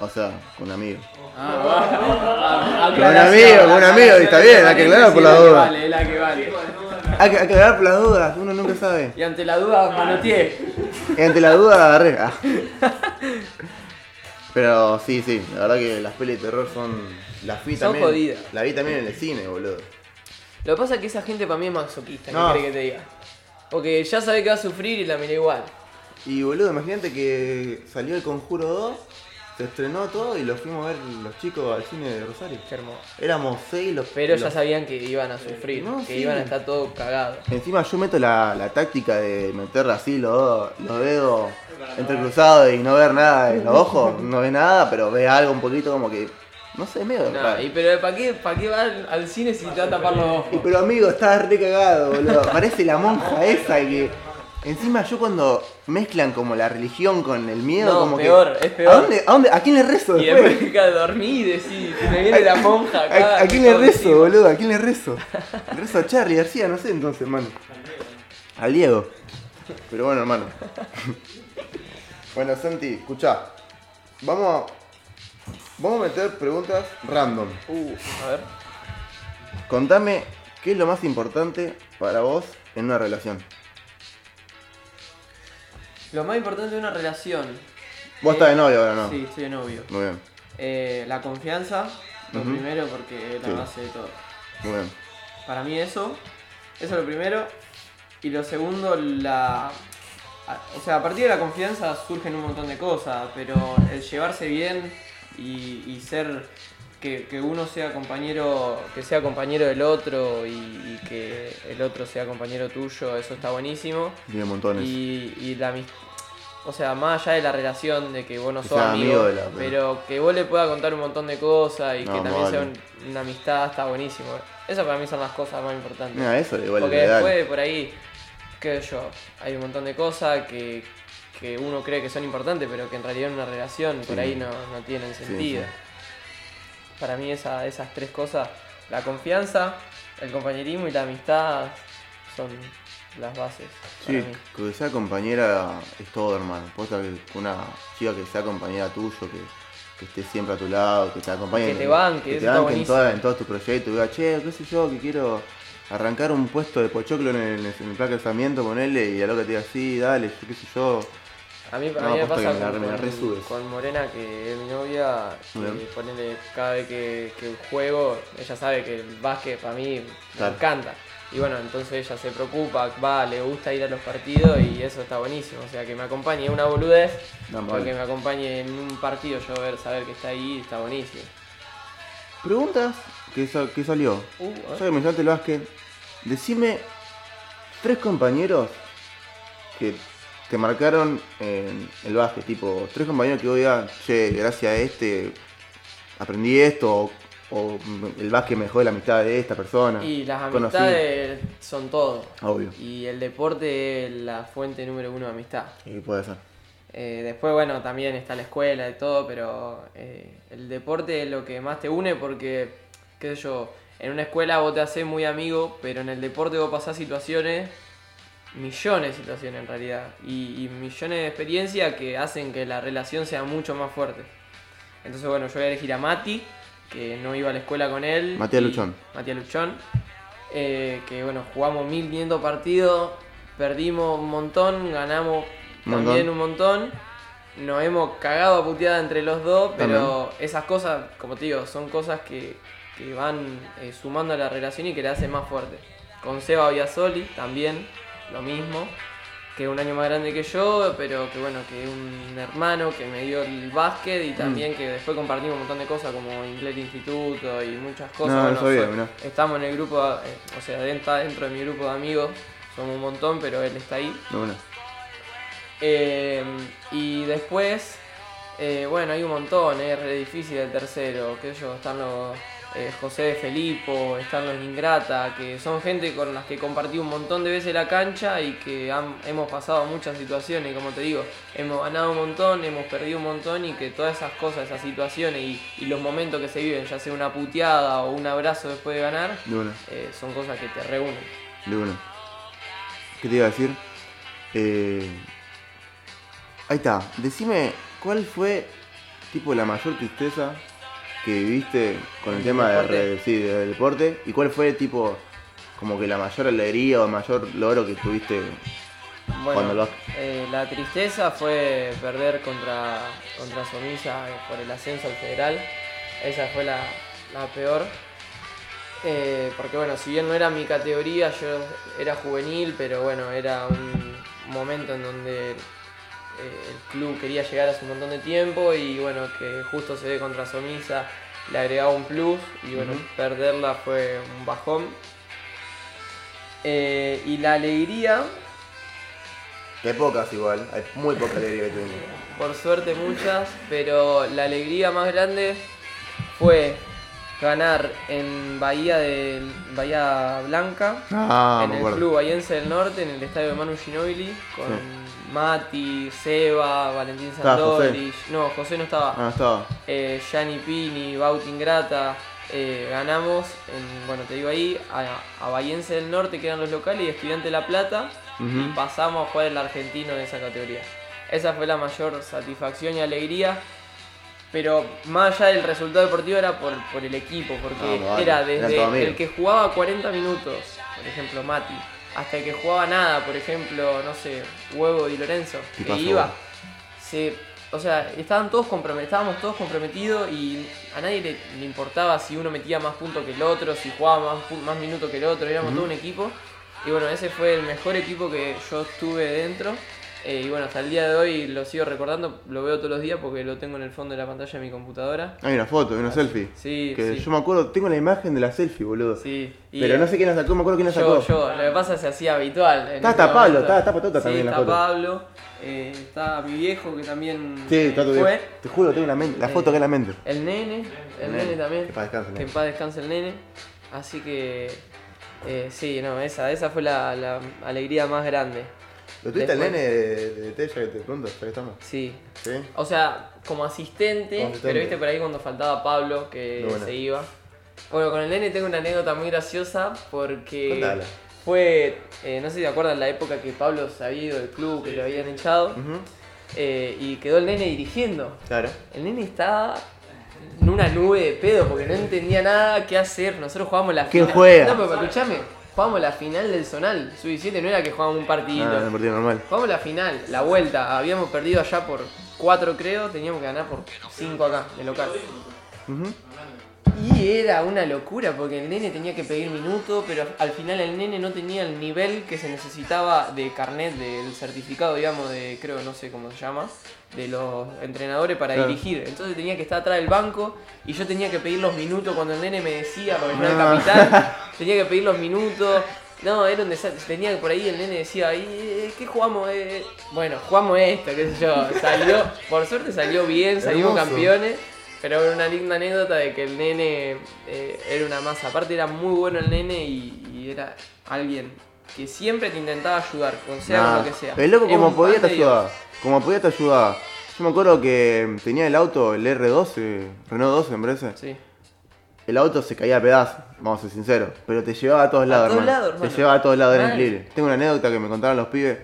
[SPEAKER 1] O sea, con amigos.
[SPEAKER 2] Ah, va.
[SPEAKER 1] Con un amigo, con un amigo, y está bien, la que aclaro por la duda.
[SPEAKER 2] La que vale, es la que vale.
[SPEAKER 1] Hay que aclarar por las dudas, uno nunca sabe.
[SPEAKER 2] Y ante la duda, manoteé.
[SPEAKER 1] Y ante la duda agarré. Ah. Pero sí, sí, la verdad que las pelis de terror son. Las vi
[SPEAKER 2] Son
[SPEAKER 1] también.
[SPEAKER 2] jodidas.
[SPEAKER 1] La vi también en el cine, boludo.
[SPEAKER 2] Lo que pasa es que esa gente para mí es masoquista,
[SPEAKER 1] No.
[SPEAKER 2] ¿qué querés que te diga? Porque ya sabe que va a sufrir y la mira igual.
[SPEAKER 1] Y boludo, imagínate que salió el Conjuro 2, se estrenó todo y lo fuimos a ver los chicos al cine de Rosario.
[SPEAKER 2] Qué hermoso.
[SPEAKER 1] Éramos seis los
[SPEAKER 2] Pero ya
[SPEAKER 1] los-
[SPEAKER 2] sabían que iban a sufrir,
[SPEAKER 1] No,
[SPEAKER 2] que
[SPEAKER 1] sí.
[SPEAKER 2] iban a estar todo cagado.
[SPEAKER 1] Encima yo meto la, la táctica de meter así los, do- los dedos entrecruzados y no ver nada en los ojos, no ve nada, pero ve algo un poquito como que. No sé, medio.
[SPEAKER 2] No,
[SPEAKER 1] raro.
[SPEAKER 2] y pero ¿para qué, para qué va al al cine si te va a tapar los
[SPEAKER 1] Y
[SPEAKER 2] ojos?
[SPEAKER 1] pero amigo, estás re cagado, boludo. Parece la monja esa que. Encima yo cuando mezclan como la religión con el miedo,
[SPEAKER 2] No,
[SPEAKER 1] como que-
[SPEAKER 2] peor, es peor.
[SPEAKER 1] ¿A dónde, a dónde- a quién le rezo
[SPEAKER 2] Y
[SPEAKER 1] después?
[SPEAKER 2] después queda dormí y decís, me viene la monja acá.
[SPEAKER 1] ¿A, a quién le
[SPEAKER 2] todo
[SPEAKER 1] rezo,
[SPEAKER 2] encima.
[SPEAKER 1] boludo? ¿A quién le rezo? Le rezo a Charlie García, no sé entonces, hermano. Al Diego. Pero bueno, hermano. Bueno, Santi, escuchá. Vamos a. Vamos a meter preguntas random.
[SPEAKER 2] Uh, a ver.
[SPEAKER 1] Contame qué es lo más importante para vos en una relación.
[SPEAKER 2] Lo más importante de una relación.
[SPEAKER 1] Vos estás de novio ahora, ¿no?
[SPEAKER 2] Sí, estoy de novio.
[SPEAKER 1] Muy bien,
[SPEAKER 2] Eh, la confianza, lo
[SPEAKER 1] Ujú.
[SPEAKER 2] primero, porque es la
[SPEAKER 1] Sí.
[SPEAKER 2] base de todo.
[SPEAKER 1] muy bien.
[SPEAKER 2] Para mí eso, eso es lo primero. Y lo segundo, la... a- O sea, a partir de la confianza surgen un montón de cosas, pero el llevarse bien y, y ser... Que, que uno sea compañero, que sea compañero del otro y, y que el otro sea compañero tuyo, eso está buenísimo.
[SPEAKER 1] Vive montones.
[SPEAKER 2] Y, y la amist- O sea, más allá de la relación de que vos no
[SPEAKER 1] Que
[SPEAKER 2] sos
[SPEAKER 1] sea
[SPEAKER 2] amigo,
[SPEAKER 1] amigo de la-
[SPEAKER 2] pero que vos le puedas contar un montón de cosas y
[SPEAKER 1] No,
[SPEAKER 2] que también
[SPEAKER 1] vale.
[SPEAKER 2] sea un- una amistad, está buenísimo. Esas para mí son las cosas más importantes.
[SPEAKER 1] Mira, eso le igual
[SPEAKER 2] Porque
[SPEAKER 1] le da.
[SPEAKER 2] después por ahí, qué sé yo, hay un montón de cosas que, que uno cree que son importantes, pero que en realidad en una relación por
[SPEAKER 1] Sí.
[SPEAKER 2] ahí no, no tienen
[SPEAKER 1] Sí,
[SPEAKER 2] sentido.
[SPEAKER 1] sí.
[SPEAKER 2] Para mí esa- esas tres cosas, la confianza, el compañerismo y la amistad son las bases. para
[SPEAKER 1] Sí,
[SPEAKER 2] mí.
[SPEAKER 1] que sea compañera es todo, hermano. Posta que una chica que sea compañera tuyo, que, que esté siempre a tu lado, que te acompañe.
[SPEAKER 2] Que
[SPEAKER 1] en-
[SPEAKER 2] te banque,
[SPEAKER 1] que te
[SPEAKER 2] eso está
[SPEAKER 1] banque en, toda- en todos tus proyectos. Diga, che, qué sé yo, que quiero arrancar un puesto de pochoclo en el, en el placa de Sarmiento, ponele, y a lo que te diga, sí, dale, yo qué sé yo.
[SPEAKER 2] A mí, a
[SPEAKER 1] No,
[SPEAKER 2] mí me
[SPEAKER 1] posta
[SPEAKER 2] pasa
[SPEAKER 1] que me la-
[SPEAKER 2] con,
[SPEAKER 1] me la
[SPEAKER 2] con-
[SPEAKER 1] resubes.
[SPEAKER 2] con Morena, que es mi novia,
[SPEAKER 1] Muy
[SPEAKER 2] y
[SPEAKER 1] bien.
[SPEAKER 2] ponele cada vez que, que juego, ella sabe que el básquet para mí me
[SPEAKER 1] Claro.
[SPEAKER 2] encanta. Y bueno, entonces ella se preocupa, va, le gusta ir a los partidos y eso está buenísimo. O sea, que me acompañe es una boludez,
[SPEAKER 1] No,
[SPEAKER 2] pero
[SPEAKER 1] vale.
[SPEAKER 2] que me acompañe en un partido, yo ver, saber que está ahí, está buenísimo.
[SPEAKER 1] Preguntas que, sa- que salió.
[SPEAKER 2] Uh, a
[SPEAKER 1] Ya
[SPEAKER 2] ver.
[SPEAKER 1] que mencionaste el básquet, decime tres compañeros que te marcaron en el básquet, tipo, tres compañeros que vos digas, che, gracias a este aprendí esto, o, o el básquet me jode la amistad de esta persona.
[SPEAKER 2] Y las
[SPEAKER 1] Conocí.
[SPEAKER 2] amistades son todo.
[SPEAKER 1] Obvio.
[SPEAKER 2] Y el deporte es la fuente número uno de amistad.
[SPEAKER 1] Y puede ser.
[SPEAKER 2] Eh, después, bueno, también está la escuela y todo, pero eh, el deporte es lo que más te une porque, qué sé yo, en una escuela vos te haces muy amigo, pero en el deporte vos pasás situaciones, millones de situaciones en realidad, y, y millones de experiencias que hacen que la relación sea mucho más fuerte. Entonces, bueno, yo voy a elegir a Mati, que no iba a la escuela con él.
[SPEAKER 1] Matías
[SPEAKER 2] y-
[SPEAKER 1] Luchón.
[SPEAKER 2] Matías Luchón. eh, que bueno, jugamos 1500 partidos, perdimos un montón, ganamos
[SPEAKER 1] Montón.
[SPEAKER 2] también un montón. Nos hemos cagado a puteada entre los dos, pero esas cosas, como te digo, son cosas que, que van eh, sumando a la relación y que la hacen más fuerte. Con Seba Biasoli también, lo mismo, que es un año más grande que yo, pero que bueno, que es un hermano que me dio el básquet y también que después compartimos un montón de cosas como inglés de instituto y muchas cosas.
[SPEAKER 1] No, no
[SPEAKER 2] Bueno,
[SPEAKER 1] sabía,
[SPEAKER 2] soy-
[SPEAKER 1] mirá.
[SPEAKER 2] estamos en el grupo, eh, o sea, dentro, dentro de mi grupo de amigos, somos un montón, pero él está ahí.
[SPEAKER 1] No, bueno.
[SPEAKER 2] Eh, y después, eh, bueno, hay un montón, es re difícil el tercero, que ellos están los eh, José de Felipo, están los Ingrata, que son gente con las que compartí un montón de veces la cancha y que han- hemos pasado muchas situaciones, y como te digo, hemos ganado un montón, hemos perdido un montón y que todas esas cosas, esas situaciones y, y los momentos que se viven, ya sea una puteada o un abrazo después de ganar,
[SPEAKER 1] De una,
[SPEAKER 2] eh, son cosas que te reúnen.
[SPEAKER 1] de una. ¿Qué te iba a decir? Eh, ahí está. Decime, ¿cuál fue, tipo, la mayor tristeza que viviste con el
[SPEAKER 2] ¿Del
[SPEAKER 1] tema de,
[SPEAKER 2] deporte?
[SPEAKER 1] re- sí, del deporte? ¿Y cuál fue, tipo, como que la mayor alegría o el mayor logro que tuviste? Cuando
[SPEAKER 2] Bueno,
[SPEAKER 1] lo-
[SPEAKER 2] eh, la tristeza fue perder contra, contra Somisa por el ascenso al federal. Esa fue la, la peor. Eh, porque bueno, si bien no era mi categoría, yo era juvenil, pero bueno, era un momento en donde eh, el club quería llegar hace un montón de tiempo y bueno, que justo se ve contra Somisa, le agregaba un plus y bueno,
[SPEAKER 1] Ujú.
[SPEAKER 2] perderla fue un bajón. Eh, y la alegría
[SPEAKER 1] Que pocas igual, hay muy poca alegría que tuvimos.
[SPEAKER 2] por suerte muchas, pero la alegría más grande fue ganar en Bahía del Bahía Blanca,
[SPEAKER 1] Ah,
[SPEAKER 2] en
[SPEAKER 1] me
[SPEAKER 2] el
[SPEAKER 1] acuerdo.
[SPEAKER 2] Club Bahiense del Norte, en el estadio de Manu Ginobili, con Mati, Seba, Valentín
[SPEAKER 1] Estaba José.
[SPEAKER 2] Santori, no, José no estaba,
[SPEAKER 1] Ah, estaba.
[SPEAKER 2] eh, Gianni Pini, Bauti Ingrata, eh, ganamos, en, bueno, te digo ahí, a, a Bahiense del Norte, que eran los locales, y Estudiante de La Plata,
[SPEAKER 1] Ujú.
[SPEAKER 2] y pasamos a jugar el argentino en esa categoría. Esa fue la mayor satisfacción y alegría, pero más allá del resultado deportivo era por, por el equipo, porque
[SPEAKER 1] Vamos, dale,
[SPEAKER 2] era
[SPEAKER 1] eran
[SPEAKER 2] desde
[SPEAKER 1] todos amigos.
[SPEAKER 2] el que jugaba 40 minutos, por ejemplo, Mati, hasta el que jugaba nada, por ejemplo, no sé, Huevo y Lorenzo, que
[SPEAKER 1] Tipazo,
[SPEAKER 2] iba
[SPEAKER 1] Huevo.
[SPEAKER 2] se, o sea, estaban todos compromet- estábamos todos comprometidos y a nadie le, le importaba si uno metía más puntos que el otro, si jugaba más, pu- más minutos que el otro, éramos todo un equipo. Y bueno, ese fue el mejor equipo que yo estuve dentro. Eh, y bueno, hasta el día de hoy lo sigo recordando, lo veo todos los días porque lo tengo en el fondo de la pantalla de mi computadora.
[SPEAKER 1] Hay una foto, hay una selfie.
[SPEAKER 2] Sí,
[SPEAKER 1] que
[SPEAKER 2] sí.
[SPEAKER 1] yo me acuerdo, tengo la imagen de la selfie, boludo.
[SPEAKER 2] Sí, y-
[SPEAKER 1] Pero no sé quién la sacó, me acuerdo quién la sacó.
[SPEAKER 2] Yo, yo, lo que pasa es que se hacía habitual. en
[SPEAKER 1] Está
[SPEAKER 2] ese
[SPEAKER 1] hasta Pablo,
[SPEAKER 2] momento.
[SPEAKER 1] está- está Patota
[SPEAKER 2] Sí,
[SPEAKER 1] también en la
[SPEAKER 2] está
[SPEAKER 1] foto.
[SPEAKER 2] Pablo, eh, está mi viejo que también
[SPEAKER 1] Sí,
[SPEAKER 2] eh,
[SPEAKER 1] está tu
[SPEAKER 2] fue.
[SPEAKER 1] viejo. Te juro, tengo la, mente, la foto que en la mente.
[SPEAKER 2] El nene, el
[SPEAKER 1] nene.
[SPEAKER 2] nene, también.
[SPEAKER 1] Que paz descanse el
[SPEAKER 2] Que en
[SPEAKER 1] nene.
[SPEAKER 2] paz descanse el nene. Así que, eh, sí, no, esa, esa fue la, la alegría más grande.
[SPEAKER 1] ¿Lo tuviste al
[SPEAKER 2] después-
[SPEAKER 1] nene de, de Tella que te pregunto? ¿Para qué estamos?
[SPEAKER 2] Sí.
[SPEAKER 1] ¿Sí?
[SPEAKER 2] O sea, como asistente,
[SPEAKER 1] Como asistente.
[SPEAKER 2] pero viste por ahí cuando faltaba Pablo, que
[SPEAKER 1] Muy buena.
[SPEAKER 2] se iba. Bueno, con el nene tengo una anécdota muy graciosa porque
[SPEAKER 1] Contala.
[SPEAKER 2] fue, eh, no sé si te acuerdan, la época que Pablo se había ido del club, que lo habían echado,
[SPEAKER 1] Ujú,
[SPEAKER 2] eh, y quedó el nene dirigiendo.
[SPEAKER 1] Claro.
[SPEAKER 2] El nene estaba en una nube de pedo porque no entendía nada qué hacer. Nosotros jugábamos la
[SPEAKER 1] ¿Qué
[SPEAKER 2] final.
[SPEAKER 1] juega?
[SPEAKER 2] No, pero escuchame, jugábamos la final del Zonal. Sub-17 no era que jugábamos un partidito.
[SPEAKER 1] Ah, en partido normal.
[SPEAKER 2] Jugamos la final, la vuelta. Habíamos perdido allá por 4, creo. Teníamos que ganar por 5 acá, de local.
[SPEAKER 1] Ujú.
[SPEAKER 2] Y era una locura porque el nene tenía que pedir minutos, pero al final el nene no tenía el nivel que se necesitaba de carnet, del certificado, digamos, de creo, no sé cómo se llama, de los entrenadores para
[SPEAKER 1] Claro.
[SPEAKER 2] dirigir. Entonces tenía que estar atrás del banco y yo tenía que pedir los minutos cuando el nene me decía para venir
[SPEAKER 1] No.
[SPEAKER 2] al capitán. tenía que pedir los minutos. No, era un desastre. Tenía que por ahí el nene decía, "Y, eh, ¿qué jugamos? Eh, Bueno, jugamos esto, qué sé yo. Salió, por suerte salió bien, salimos
[SPEAKER 1] Hermoso.
[SPEAKER 2] campeones. Pero era una linda anécdota de que el nene eh, era una masa. Aparte era muy bueno el nene y, y era alguien que siempre te intentaba ayudar, con sea
[SPEAKER 1] Nah,
[SPEAKER 2] con lo que sea.
[SPEAKER 1] El loco
[SPEAKER 2] Era
[SPEAKER 1] como
[SPEAKER 2] un
[SPEAKER 1] podía
[SPEAKER 2] pan
[SPEAKER 1] te
[SPEAKER 2] de Dios.
[SPEAKER 1] ayudaba. Como podía te ayudaba. Yo me acuerdo que tenía el auto, el R12, Renault 12 me parece.
[SPEAKER 2] Sí.
[SPEAKER 1] El auto se caía a pedazos, vamos a ser sinceros. Pero te llevaba a todos lados,
[SPEAKER 2] todos
[SPEAKER 1] hermano.
[SPEAKER 2] lados, hermano.
[SPEAKER 1] Te llevaba a todos lados, era
[SPEAKER 2] Mal.
[SPEAKER 1] increíble. Tengo una anécdota que me contaron los pibes.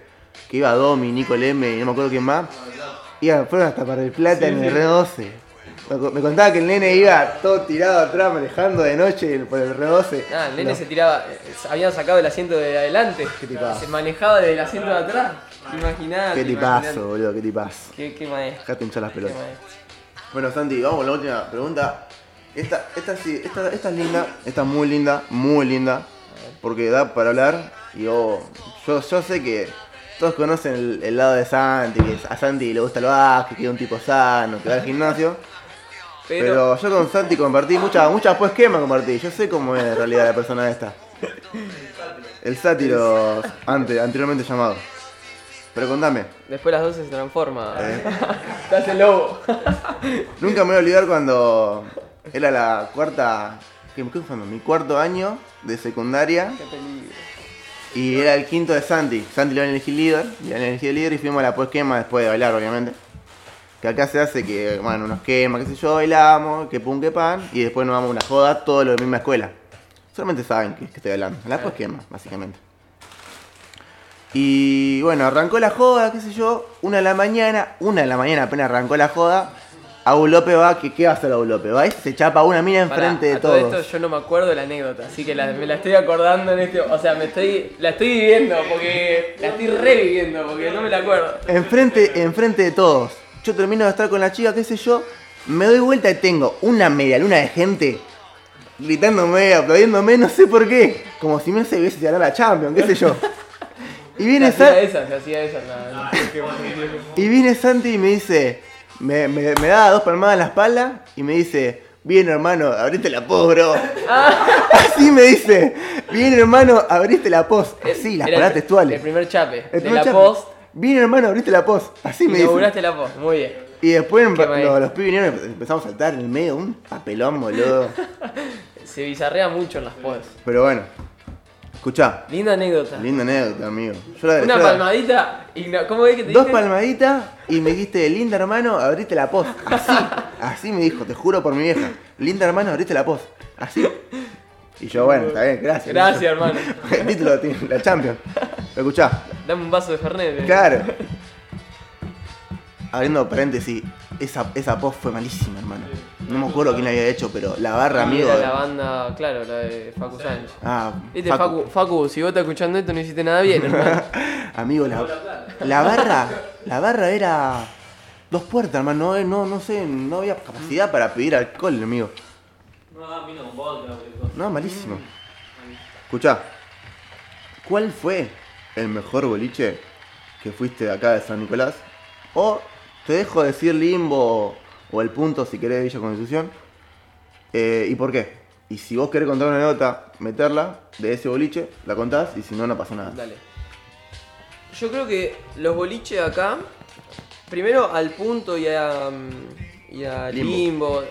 [SPEAKER 1] Que iba Domi, Nico Leme, y no me acuerdo quién más. Iba, fueron hasta para el plata en el R12. Me co- Me contaba que el nene iba todo tirado atrás, manejando de noche por el R12.
[SPEAKER 2] Nada, Ah, el nene
[SPEAKER 1] No.
[SPEAKER 2] se tiraba, eh, habían sacado el asiento de adelante,
[SPEAKER 1] Qué tipazo.
[SPEAKER 2] se manejaba desde el asiento de atrás. Imaginate.
[SPEAKER 1] Qué
[SPEAKER 2] imaginate.
[SPEAKER 1] tipazo, boludo, qué tipazo.
[SPEAKER 2] Qué, qué maestro.
[SPEAKER 1] Dejate hinchar las
[SPEAKER 2] qué
[SPEAKER 1] pelotas.
[SPEAKER 2] maestro.
[SPEAKER 1] Bueno, Santi, vamos con la última pregunta. Esta, esta sí, esta, esta es linda, esta es muy linda, muy linda, porque da para hablar. Y vos- yo, yo sé que todos conocen el, el lado de Santi, que a Santi le gusta el básquet, que es un tipo sano, que va al gimnasio. Pero,
[SPEAKER 2] Pero,
[SPEAKER 1] yo con Santi compartí muchas, muchas pues quema compartí. Yo sé cómo es en realidad la persona esta. El sátiro ante- anteriormente llamado. Pero contame,
[SPEAKER 2] después las 12 se transforma.
[SPEAKER 1] Eh.
[SPEAKER 2] Te hace lobo.
[SPEAKER 1] Nunca me voy a olvidar cuando era la cuarta, que me estoy jugando, mi cuarto año de secundaria
[SPEAKER 2] Qué peligro.
[SPEAKER 1] y era el quinto de Santi. Santi lo habían elegido líder, le habían elegido líder y fuimos a la posquema después de bailar, obviamente. Que acá se hace que, bueno, unos quemas, qué sé yo, bailamos, que pum, que pan, y después nos damos una joda, todo lo de la misma escuela. Solamente saben que, que estoy hablando, la posquema, básicamente. Y bueno, arrancó la joda, qué sé yo, una de la mañana, una de la mañana apenas arrancó la joda, Aulope va, que, ¿qué va a hacer Aulope? Va y se chapa una mina
[SPEAKER 2] Pará,
[SPEAKER 1] enfrente de
[SPEAKER 2] a todo
[SPEAKER 1] todos.
[SPEAKER 2] esto yo no me acuerdo de la anécdota, así que la- me la estoy acordando en este. O sea, me estoy. la estoy viviendo porque. La estoy reviviendo porque no me la acuerdo.
[SPEAKER 1] Enfrente, enfrente de todos. Yo termino de estar con la chica, qué sé yo, me doy vuelta y tengo una media luna de gente gritándome, aplaudiéndome, no sé por qué. Como si me hubiese ganado la Champions, qué sé yo. Y
[SPEAKER 2] Se
[SPEAKER 1] viene,
[SPEAKER 2] hacía
[SPEAKER 1] Sa-
[SPEAKER 2] esa, se hacía esa. la-
[SPEAKER 1] y viene Santi y me dice, me, me- me da dos palmadas en la espalda y me dice, bien hermano, abriste la pos, bro.
[SPEAKER 2] Ah.
[SPEAKER 1] Así me dice, bien hermano, abriste la pos. Sí, las palabras
[SPEAKER 2] Era el- Eh, El
[SPEAKER 1] textuales.
[SPEAKER 2] primer chape.
[SPEAKER 1] El
[SPEAKER 2] de
[SPEAKER 1] primer
[SPEAKER 2] la
[SPEAKER 1] chap-
[SPEAKER 2] post.
[SPEAKER 1] Bien hermano, abriste la pos. Así me dice.
[SPEAKER 2] Inauguraste la post. Muy bien.
[SPEAKER 1] Y después empe-
[SPEAKER 2] Qué mal.
[SPEAKER 1] los, los pibes vinieron y empezamos a saltar en el medio, un papelón, boludo.
[SPEAKER 2] Se bizarrea mucho en las posts.
[SPEAKER 1] Pero bueno, escuchá,
[SPEAKER 2] Linda anécdota.
[SPEAKER 1] linda anécdota, amigo. Yo la-
[SPEAKER 2] Una
[SPEAKER 1] yo la-
[SPEAKER 2] palmadita. igno- ¿Cómo es que te
[SPEAKER 1] Dos
[SPEAKER 2] dije?
[SPEAKER 1] palmaditas y me dijiste, linda hermano, abriste la pos. Así, así me dijo, te juro por mi vieja. Linda hermano, abriste la pos. Así. Y yo, bueno, está bien, gracias.
[SPEAKER 2] Gracias, hermano.
[SPEAKER 1] El título tiene la Champions. Pero escuchá,
[SPEAKER 2] Dame un vaso de Fernet. eh.
[SPEAKER 1] claro. Abriendo paréntesis, esa, esa pos fue malísima, hermano. No me acuerdo quién la había hecho, pero la barra, amigo.
[SPEAKER 2] Era la banda, claro, la de Facu Sánchez.
[SPEAKER 1] Ah,
[SPEAKER 2] Viste,
[SPEAKER 1] Facu.
[SPEAKER 2] Facu, Facu, si vos estás escuchando esto no hiciste nada bien, hermano.
[SPEAKER 1] Amigo, la, la barra, la barra era dos puertas, hermano. No, no, no sé, no había capacidad para pedir alcohol, amigo.
[SPEAKER 3] No, vino con vodka, cualquier cosa.
[SPEAKER 1] No, malísimo. Escuchá, ¿cuál fue el mejor boliche que fuiste de acá de San Nicolás? O te dejo decir Limbo o el punto si querés de Villa Constitución. Eh, ¿Y por qué? Y si vos querés contar una anécdota, meterla de ese boliche, la contás y si no, no pasa nada.
[SPEAKER 2] Dale. Yo creo que los boliches de acá, primero al punto y a, mm, y a
[SPEAKER 1] Limbo.
[SPEAKER 2] limbo.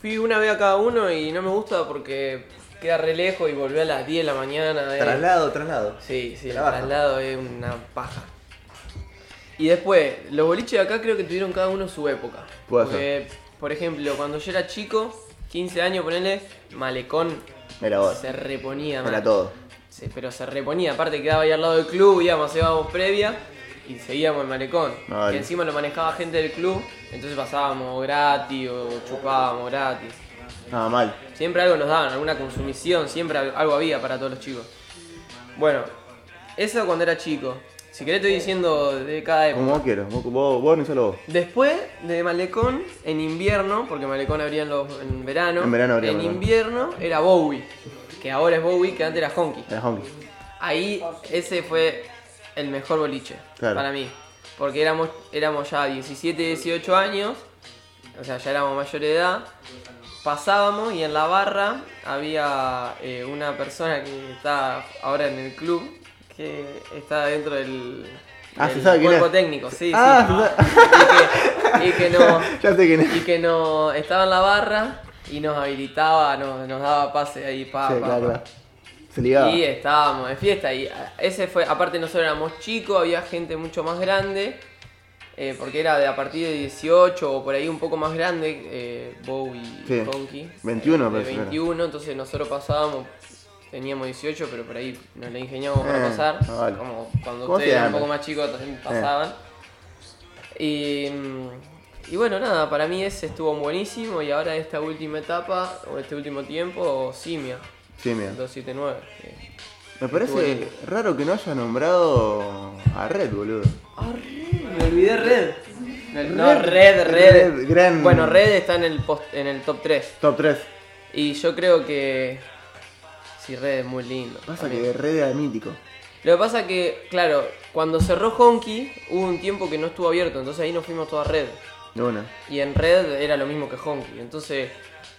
[SPEAKER 2] Fui una vez a cada uno y no me gusta porque queda re lejos y volví a las 10 de la mañana. eh.
[SPEAKER 1] Traslado, traslado.
[SPEAKER 2] Sí, sí, el
[SPEAKER 1] Trabajo.
[SPEAKER 2] traslado es una paja. Y después, los boliches de acá creo que tuvieron cada uno su época.
[SPEAKER 1] Puede
[SPEAKER 2] Porque, por ejemplo, cuando yo era chico, 15 años, ponele, malecón
[SPEAKER 1] Mira vos.
[SPEAKER 2] se reponía,
[SPEAKER 1] Para
[SPEAKER 2] man.
[SPEAKER 1] Oh. todo.
[SPEAKER 2] Sí, pero se reponía, aparte quedaba ahí al lado del club, íbamos, íbamos previa y seguíamos el malecón.
[SPEAKER 1] Vale.
[SPEAKER 2] Que encima lo manejaba gente del club, entonces pasábamos gratis o chupábamos gratis.
[SPEAKER 1] Nada mal.
[SPEAKER 2] Siempre algo nos daban, alguna consumición, siempre al- algo había para todos los chicos. Bueno, eso cuando era chico. Si querés estoy diciendo de cada época.
[SPEAKER 1] Como vos quieras. Vos, vos, vos organizalo vos.
[SPEAKER 2] Después de Malecón, en invierno, porque Malecón abría en, los- en verano,
[SPEAKER 1] En verano abría
[SPEAKER 2] en
[SPEAKER 1] Malecón.
[SPEAKER 2] invierno era Bowie, que ahora es Bowie, que antes era Honky.
[SPEAKER 1] El homie.
[SPEAKER 2] Ahí ese fue el mejor boliche
[SPEAKER 1] Claro.
[SPEAKER 2] para mí. Porque éramos, éramos ya 17, 18 años, o sea, ya éramos mayor de edad. Pasábamos y en la barra había eh, una persona que está ahora en el club, que está dentro del,
[SPEAKER 1] Ah,
[SPEAKER 2] del
[SPEAKER 1] se sabe quién
[SPEAKER 2] cuerpo
[SPEAKER 1] es.
[SPEAKER 2] técnico, sí,
[SPEAKER 1] Ah,
[SPEAKER 2] sí. Y que, y que no,
[SPEAKER 1] ya sé quién es.
[SPEAKER 2] y que no estaba en la barra y nos habilitaba, nos, nos daba pase ahí, pa,
[SPEAKER 1] Sí,
[SPEAKER 2] pa,
[SPEAKER 1] claro,
[SPEAKER 2] pa.
[SPEAKER 1] claro. Se ligaba.
[SPEAKER 2] Y estábamos de fiesta y a- ese fue, aparte nosotros éramos chicos, había gente mucho más grande, eh, porque era de a partir de 18 o por ahí un poco más grande, eh, Bowie
[SPEAKER 1] Sí.
[SPEAKER 2] y Conky.
[SPEAKER 1] 21
[SPEAKER 2] de
[SPEAKER 1] parece que era.
[SPEAKER 2] 21, entonces nosotros pasábamos, teníamos 18, pero por ahí nos la ingeniamos para
[SPEAKER 1] Eh,
[SPEAKER 2] pasar,
[SPEAKER 1] ah, vale.
[SPEAKER 2] como cuando
[SPEAKER 1] ¿Cómo Eh.
[SPEAKER 2] ustedes eran un
[SPEAKER 1] siempre.
[SPEAKER 2] poco más chicos también pasaban. Y, mm, y bueno, nada, para mí ese estuvo buenísimo y ahora esta última etapa, o este último tiempo, Simia,
[SPEAKER 1] Sí, mira.
[SPEAKER 2] 279. que-
[SPEAKER 1] Me
[SPEAKER 2] Este,
[SPEAKER 1] parece
[SPEAKER 2] Estuvo
[SPEAKER 1] raro que no haya nombrado a Red, boludo.
[SPEAKER 2] Ah, Red, me olvidé Red. No,
[SPEAKER 1] Red,
[SPEAKER 2] Red, Red.
[SPEAKER 1] Red, gran-
[SPEAKER 2] Bueno, Red está en el, post- en el top 3.
[SPEAKER 1] Top 3.
[SPEAKER 2] Y yo creo que. Sí, Red es muy lindo.
[SPEAKER 1] Pasa
[SPEAKER 2] también.
[SPEAKER 1] que Red era mítico.
[SPEAKER 2] Lo que pasa que, claro, cuando cerró Honky, hubo un tiempo que no estuvo abierto, entonces ahí nos fuimos toda Red.
[SPEAKER 1] De una.
[SPEAKER 2] Y en Red era lo mismo que Honky. Entonces,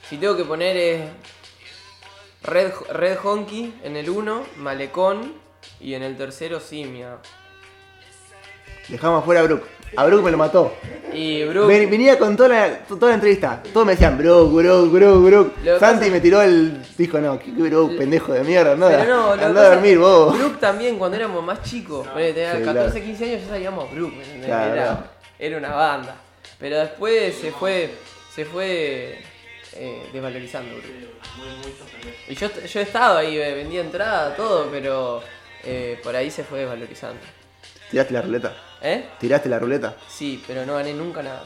[SPEAKER 2] si tengo que poner es. Red, Red Honky en el 1, Malecón y en el tercero Simia.
[SPEAKER 1] Dejamos afuera a Brook. A Brook me lo mató.
[SPEAKER 2] Y Brook.
[SPEAKER 1] Ven- venía con toda la, toda la entrevista. Todos me decían, Brook, Brook, Brook, Brook.
[SPEAKER 2] Lo que
[SPEAKER 1] Santi
[SPEAKER 2] pasa-
[SPEAKER 1] me tiró el. Dijo, no, qué Brook, pendejo de mierda. No,
[SPEAKER 2] Pero no, lo que
[SPEAKER 1] andá
[SPEAKER 2] pasa
[SPEAKER 1] a dormir,
[SPEAKER 2] es que
[SPEAKER 1] vos.
[SPEAKER 2] Brook también, cuando éramos más chicos, ponele, tenía
[SPEAKER 1] Sí,
[SPEAKER 2] 14,
[SPEAKER 1] claro.
[SPEAKER 2] 15 años, ya sabíamos Brook, ¿me entendés?
[SPEAKER 1] Claro, claro.
[SPEAKER 2] era, era una banda. Pero después se fue, se fue eh, desvalorizando Brook. Y yo, yo he estado ahí, eh, vendía entrada, todo, pero eh, por ahí se fue desvalorizando.
[SPEAKER 1] Tiraste la ruleta.
[SPEAKER 2] ¿Eh?
[SPEAKER 1] Tiraste la ruleta.
[SPEAKER 2] Sí, pero no gané nunca nada.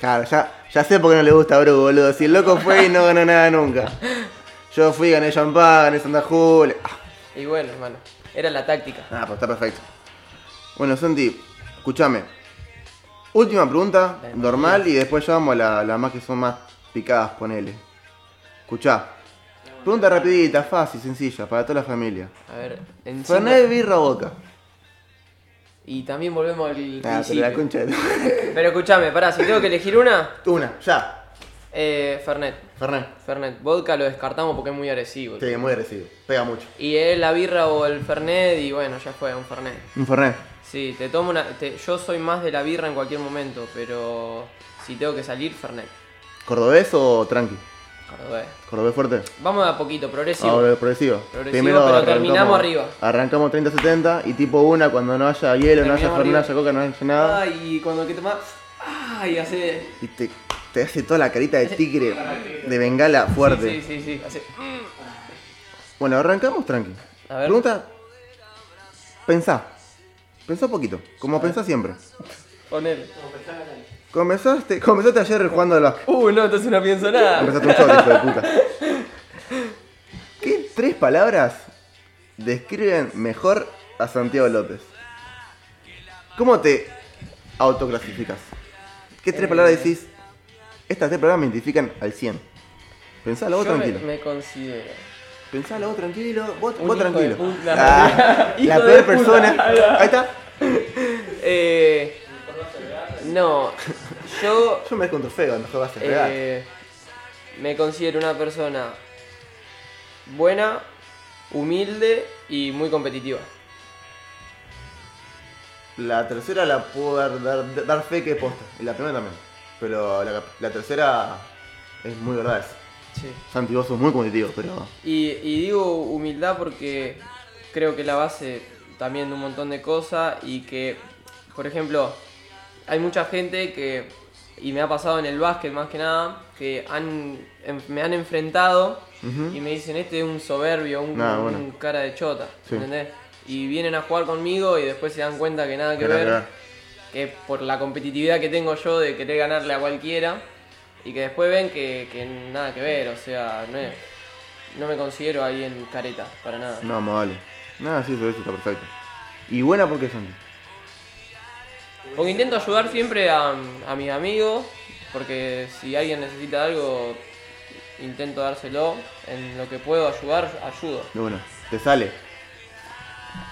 [SPEAKER 1] Claro, ya, ya sé por qué no le gusta a Bru, boludo. Si el loco fue y no ganó nada nunca. Yo fui, gané champán, gané Santa Julia. Ah,
[SPEAKER 2] Y bueno, hermano, era la táctica.
[SPEAKER 1] Ah, pues está perfecto. Bueno, Santi, escúchame. Última pregunta,
[SPEAKER 2] Dale,
[SPEAKER 1] normal, y después ya vamos a la- las más que son más picadas, ponele. Escuchá. Pregunta rapidita, fácil, sencilla, para toda la familia.
[SPEAKER 2] A ver, en
[SPEAKER 1] Fernet, birra o vodka.
[SPEAKER 2] Y también volvemos al
[SPEAKER 1] Ah, pero
[SPEAKER 2] principio.
[SPEAKER 1] la concha de tu-
[SPEAKER 2] Pero escúchame, pará, si tengo que elegir una,
[SPEAKER 1] Una, ya.
[SPEAKER 2] eh, Fernet.
[SPEAKER 1] Fernet.
[SPEAKER 2] Fernet, vodka lo descartamos porque es muy agresivo.
[SPEAKER 1] Sí, muy agresivo. Pega mucho.
[SPEAKER 2] Y es la birra o el Fernet y bueno, ya fue, un Fernet.
[SPEAKER 1] Un Fernet.
[SPEAKER 2] Sí, te tomo una. te- yo soy más de la birra en cualquier momento, pero si tengo que salir, Fernet.
[SPEAKER 1] ¿Cordobés o tranqui?
[SPEAKER 2] Cordobés.
[SPEAKER 1] ¿Cordobés fuerte?
[SPEAKER 2] Vamos de a poquito, progresivo.
[SPEAKER 1] Ah, bueno, progresivo.
[SPEAKER 2] Progresivo, pero terminamos arriba.
[SPEAKER 1] Arrancamos 30-70 y tipo una cuando no haya hielo, no haya
[SPEAKER 2] Terminamos
[SPEAKER 1] Fernet, no
[SPEAKER 2] arriba.
[SPEAKER 1] haya coca, no haya nada.
[SPEAKER 2] Ay, y cuando que tomás. Ay, hace.
[SPEAKER 1] Y te, te hace toda la carita de tigre, de bengala fuerte.
[SPEAKER 2] Sí, sí, sí, sí, hace.
[SPEAKER 1] Bueno, arrancamos tranqui.
[SPEAKER 2] A ver.
[SPEAKER 1] Pregunta. Pensá. Pensá poquito, como pensás siempre.
[SPEAKER 2] Ponele.
[SPEAKER 1] Comenzaste, comenzaste ayer jugando al básquet.
[SPEAKER 2] Uh, no, entonces no pienso nada.
[SPEAKER 1] Comenzaste un shot, hijo de puta. ¿Qué tres palabras describen mejor a Santiago López? ¿Cómo te autoclasificas? ¿Qué tres
[SPEAKER 2] Eh.
[SPEAKER 1] palabras decís? Estas tres palabras me identifican al 100. Pensalo vos
[SPEAKER 2] Yo me,
[SPEAKER 1] tranquilo.
[SPEAKER 2] me considero.
[SPEAKER 1] Pensalo vos tranquilo. Vos,
[SPEAKER 2] Un
[SPEAKER 1] vos
[SPEAKER 2] hijo de
[SPEAKER 1] tranquilo.
[SPEAKER 2] puta.
[SPEAKER 1] Ah,
[SPEAKER 2] Hijo
[SPEAKER 1] la
[SPEAKER 2] de
[SPEAKER 1] peor
[SPEAKER 2] puta.
[SPEAKER 1] persona. Ahí está.
[SPEAKER 2] Eh. No, yo
[SPEAKER 1] Yo me descontrofeo trofeo cuando juegas a real.
[SPEAKER 2] Eh, me considero una persona buena, humilde y muy competitiva.
[SPEAKER 1] La tercera la puedo dar, dar, dar fe que es posta. Y la primera también. Pero la, la tercera es muy verdad. esa. Santi, vos sos muy competitivo, pero.
[SPEAKER 2] Y, y digo humildad porque creo que la base también de un montón de cosas y que, por ejemplo, hay mucha gente que, y me ha pasado en el básquet más que nada, que han, en- me han enfrentado
[SPEAKER 1] Ujú.
[SPEAKER 2] y me dicen, este es un soberbio, un,
[SPEAKER 1] Nah, bueno.
[SPEAKER 2] un cara de chota,
[SPEAKER 1] Sí.
[SPEAKER 2] ¿entendés? Y vienen a jugar conmigo y después se dan cuenta que nada que
[SPEAKER 1] Nada que
[SPEAKER 2] ver,
[SPEAKER 1] ver.
[SPEAKER 2] que por la competitividad que tengo yo de querer ganarle a cualquiera, y que después ven que, que nada que ver, o sea, no, es- no me considero ahí en careta, para nada.
[SPEAKER 1] No, más vale. Nada, sí, eso, eso está perfecto. Y buena porque Santi.
[SPEAKER 2] Porque intento ayudar siempre a, a mis amigos, porque si alguien necesita algo, intento dárselo, en lo que puedo ayudar, ayudo.
[SPEAKER 1] De buena. Te sale.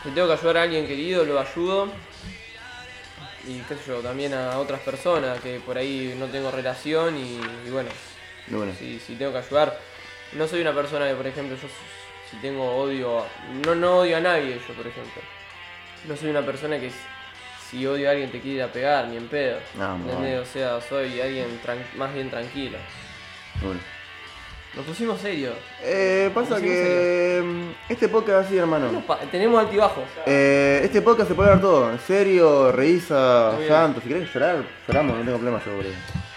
[SPEAKER 2] Si tengo que ayudar a alguien querido, lo ayudo. Y qué sé yo, también a otras personas que por ahí no tengo relación y, y bueno,
[SPEAKER 1] De buena.
[SPEAKER 2] si, si tengo que ayudar. No soy una persona que, por ejemplo, yo si tengo odio, a- no, no odio a nadie yo, por ejemplo. No soy una persona que si- si odio a alguien te quiere ir a pegar, ni en pedo.
[SPEAKER 1] No, no.
[SPEAKER 2] ¿entendés? O sea, soy alguien tran- más bien tranquilo.
[SPEAKER 1] De buena.
[SPEAKER 2] Nos pusimos serios.
[SPEAKER 1] Eh, pasa
[SPEAKER 2] Sí,
[SPEAKER 1] que. mm, Este podcast así, hermano.
[SPEAKER 2] Tenemos altibajos.
[SPEAKER 1] Eh, este podcast se puede hablar todo. En serio, reísa,
[SPEAKER 2] Muy bien.
[SPEAKER 1] Santos. Si querés llorar, lloramos, no tengo problema yo, boludo.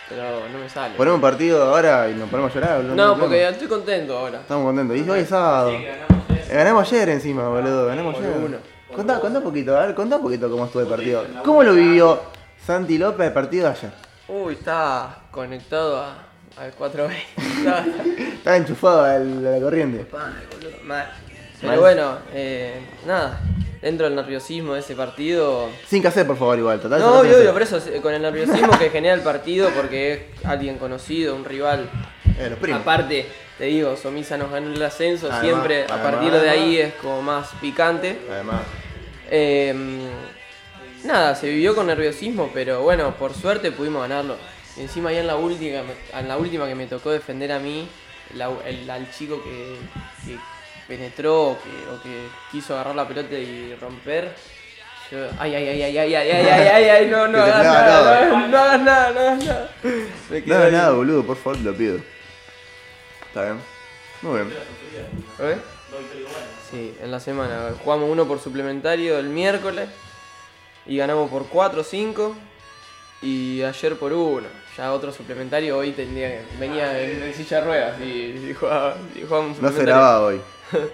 [SPEAKER 2] Pero no me sale.
[SPEAKER 1] Ponemos un partido ahora y nos ponemos a llorar, boludo.
[SPEAKER 2] No,
[SPEAKER 1] tengo
[SPEAKER 2] porque
[SPEAKER 1] problema.
[SPEAKER 2] estoy contento ahora.
[SPEAKER 1] Estamos contentos. Y hoy es sábado.
[SPEAKER 3] ganamos
[SPEAKER 1] Eh, Ganamos ayer encima, boludo. Ganamos
[SPEAKER 2] Por
[SPEAKER 1] ayer.
[SPEAKER 2] Ah, uno.
[SPEAKER 1] Contá, contá un poquito, a ver, contá un poquito cómo estuvo el partido. ¿Cómo lo vivió Santi López el partido de ayer?
[SPEAKER 2] Uy, está conectado a, al 420.
[SPEAKER 1] Estaba enchufado al- a la corriente.
[SPEAKER 2] Mal, boludo, mal. Pero
[SPEAKER 1] Mal.
[SPEAKER 2] bueno, eh, nada, dentro del nerviosismo de ese partido...
[SPEAKER 1] Sin que hacer, por favor, igual. Total,
[SPEAKER 2] No,
[SPEAKER 1] se lo
[SPEAKER 2] obvio,
[SPEAKER 1] tiene
[SPEAKER 2] obvio, pero eso, es, eh, con el nerviosismo que genera el partido porque es alguien conocido, un rival.
[SPEAKER 1] que hacer. Eh, los primos.
[SPEAKER 2] Aparte, te digo, Somisa nos ganó el ascenso,
[SPEAKER 1] Además,
[SPEAKER 2] siempre a
[SPEAKER 1] además,
[SPEAKER 2] partir de ahí
[SPEAKER 1] además.
[SPEAKER 2] es como más picante.
[SPEAKER 1] Además.
[SPEAKER 2] Eh, nada, se vivió con nerviosismo, pero bueno, por suerte pudimos ganarlo. Y encima ya en la última, en la última que me tocó defender a mí, la- el- al chico que, que penetró o que, o que quiso agarrar la pelota y romper. Yo, ay, ay, ay, ay, ay, ay, ay, ay, ay, ay, no, no
[SPEAKER 1] Que te
[SPEAKER 2] hagas
[SPEAKER 1] clava
[SPEAKER 2] nada,
[SPEAKER 1] todo.
[SPEAKER 2] no, no hagas nada, no hagas nada. Me
[SPEAKER 1] No
[SPEAKER 2] quedo
[SPEAKER 1] hagas
[SPEAKER 2] ahí.
[SPEAKER 1] nada, boludo, por favor, te lo pido. Está bien. Muy bien.
[SPEAKER 2] ¿Eh? Sí, en la semana. Jugamos uno por suplementario el miércoles y ganamos por 4 o 5 y ayer por uno. Ya otro suplementario hoy tendría que- venía en, en silla de ruedas y, y jugaba- y jugábamos un
[SPEAKER 1] No se
[SPEAKER 2] suplementario.
[SPEAKER 1] grababa hoy.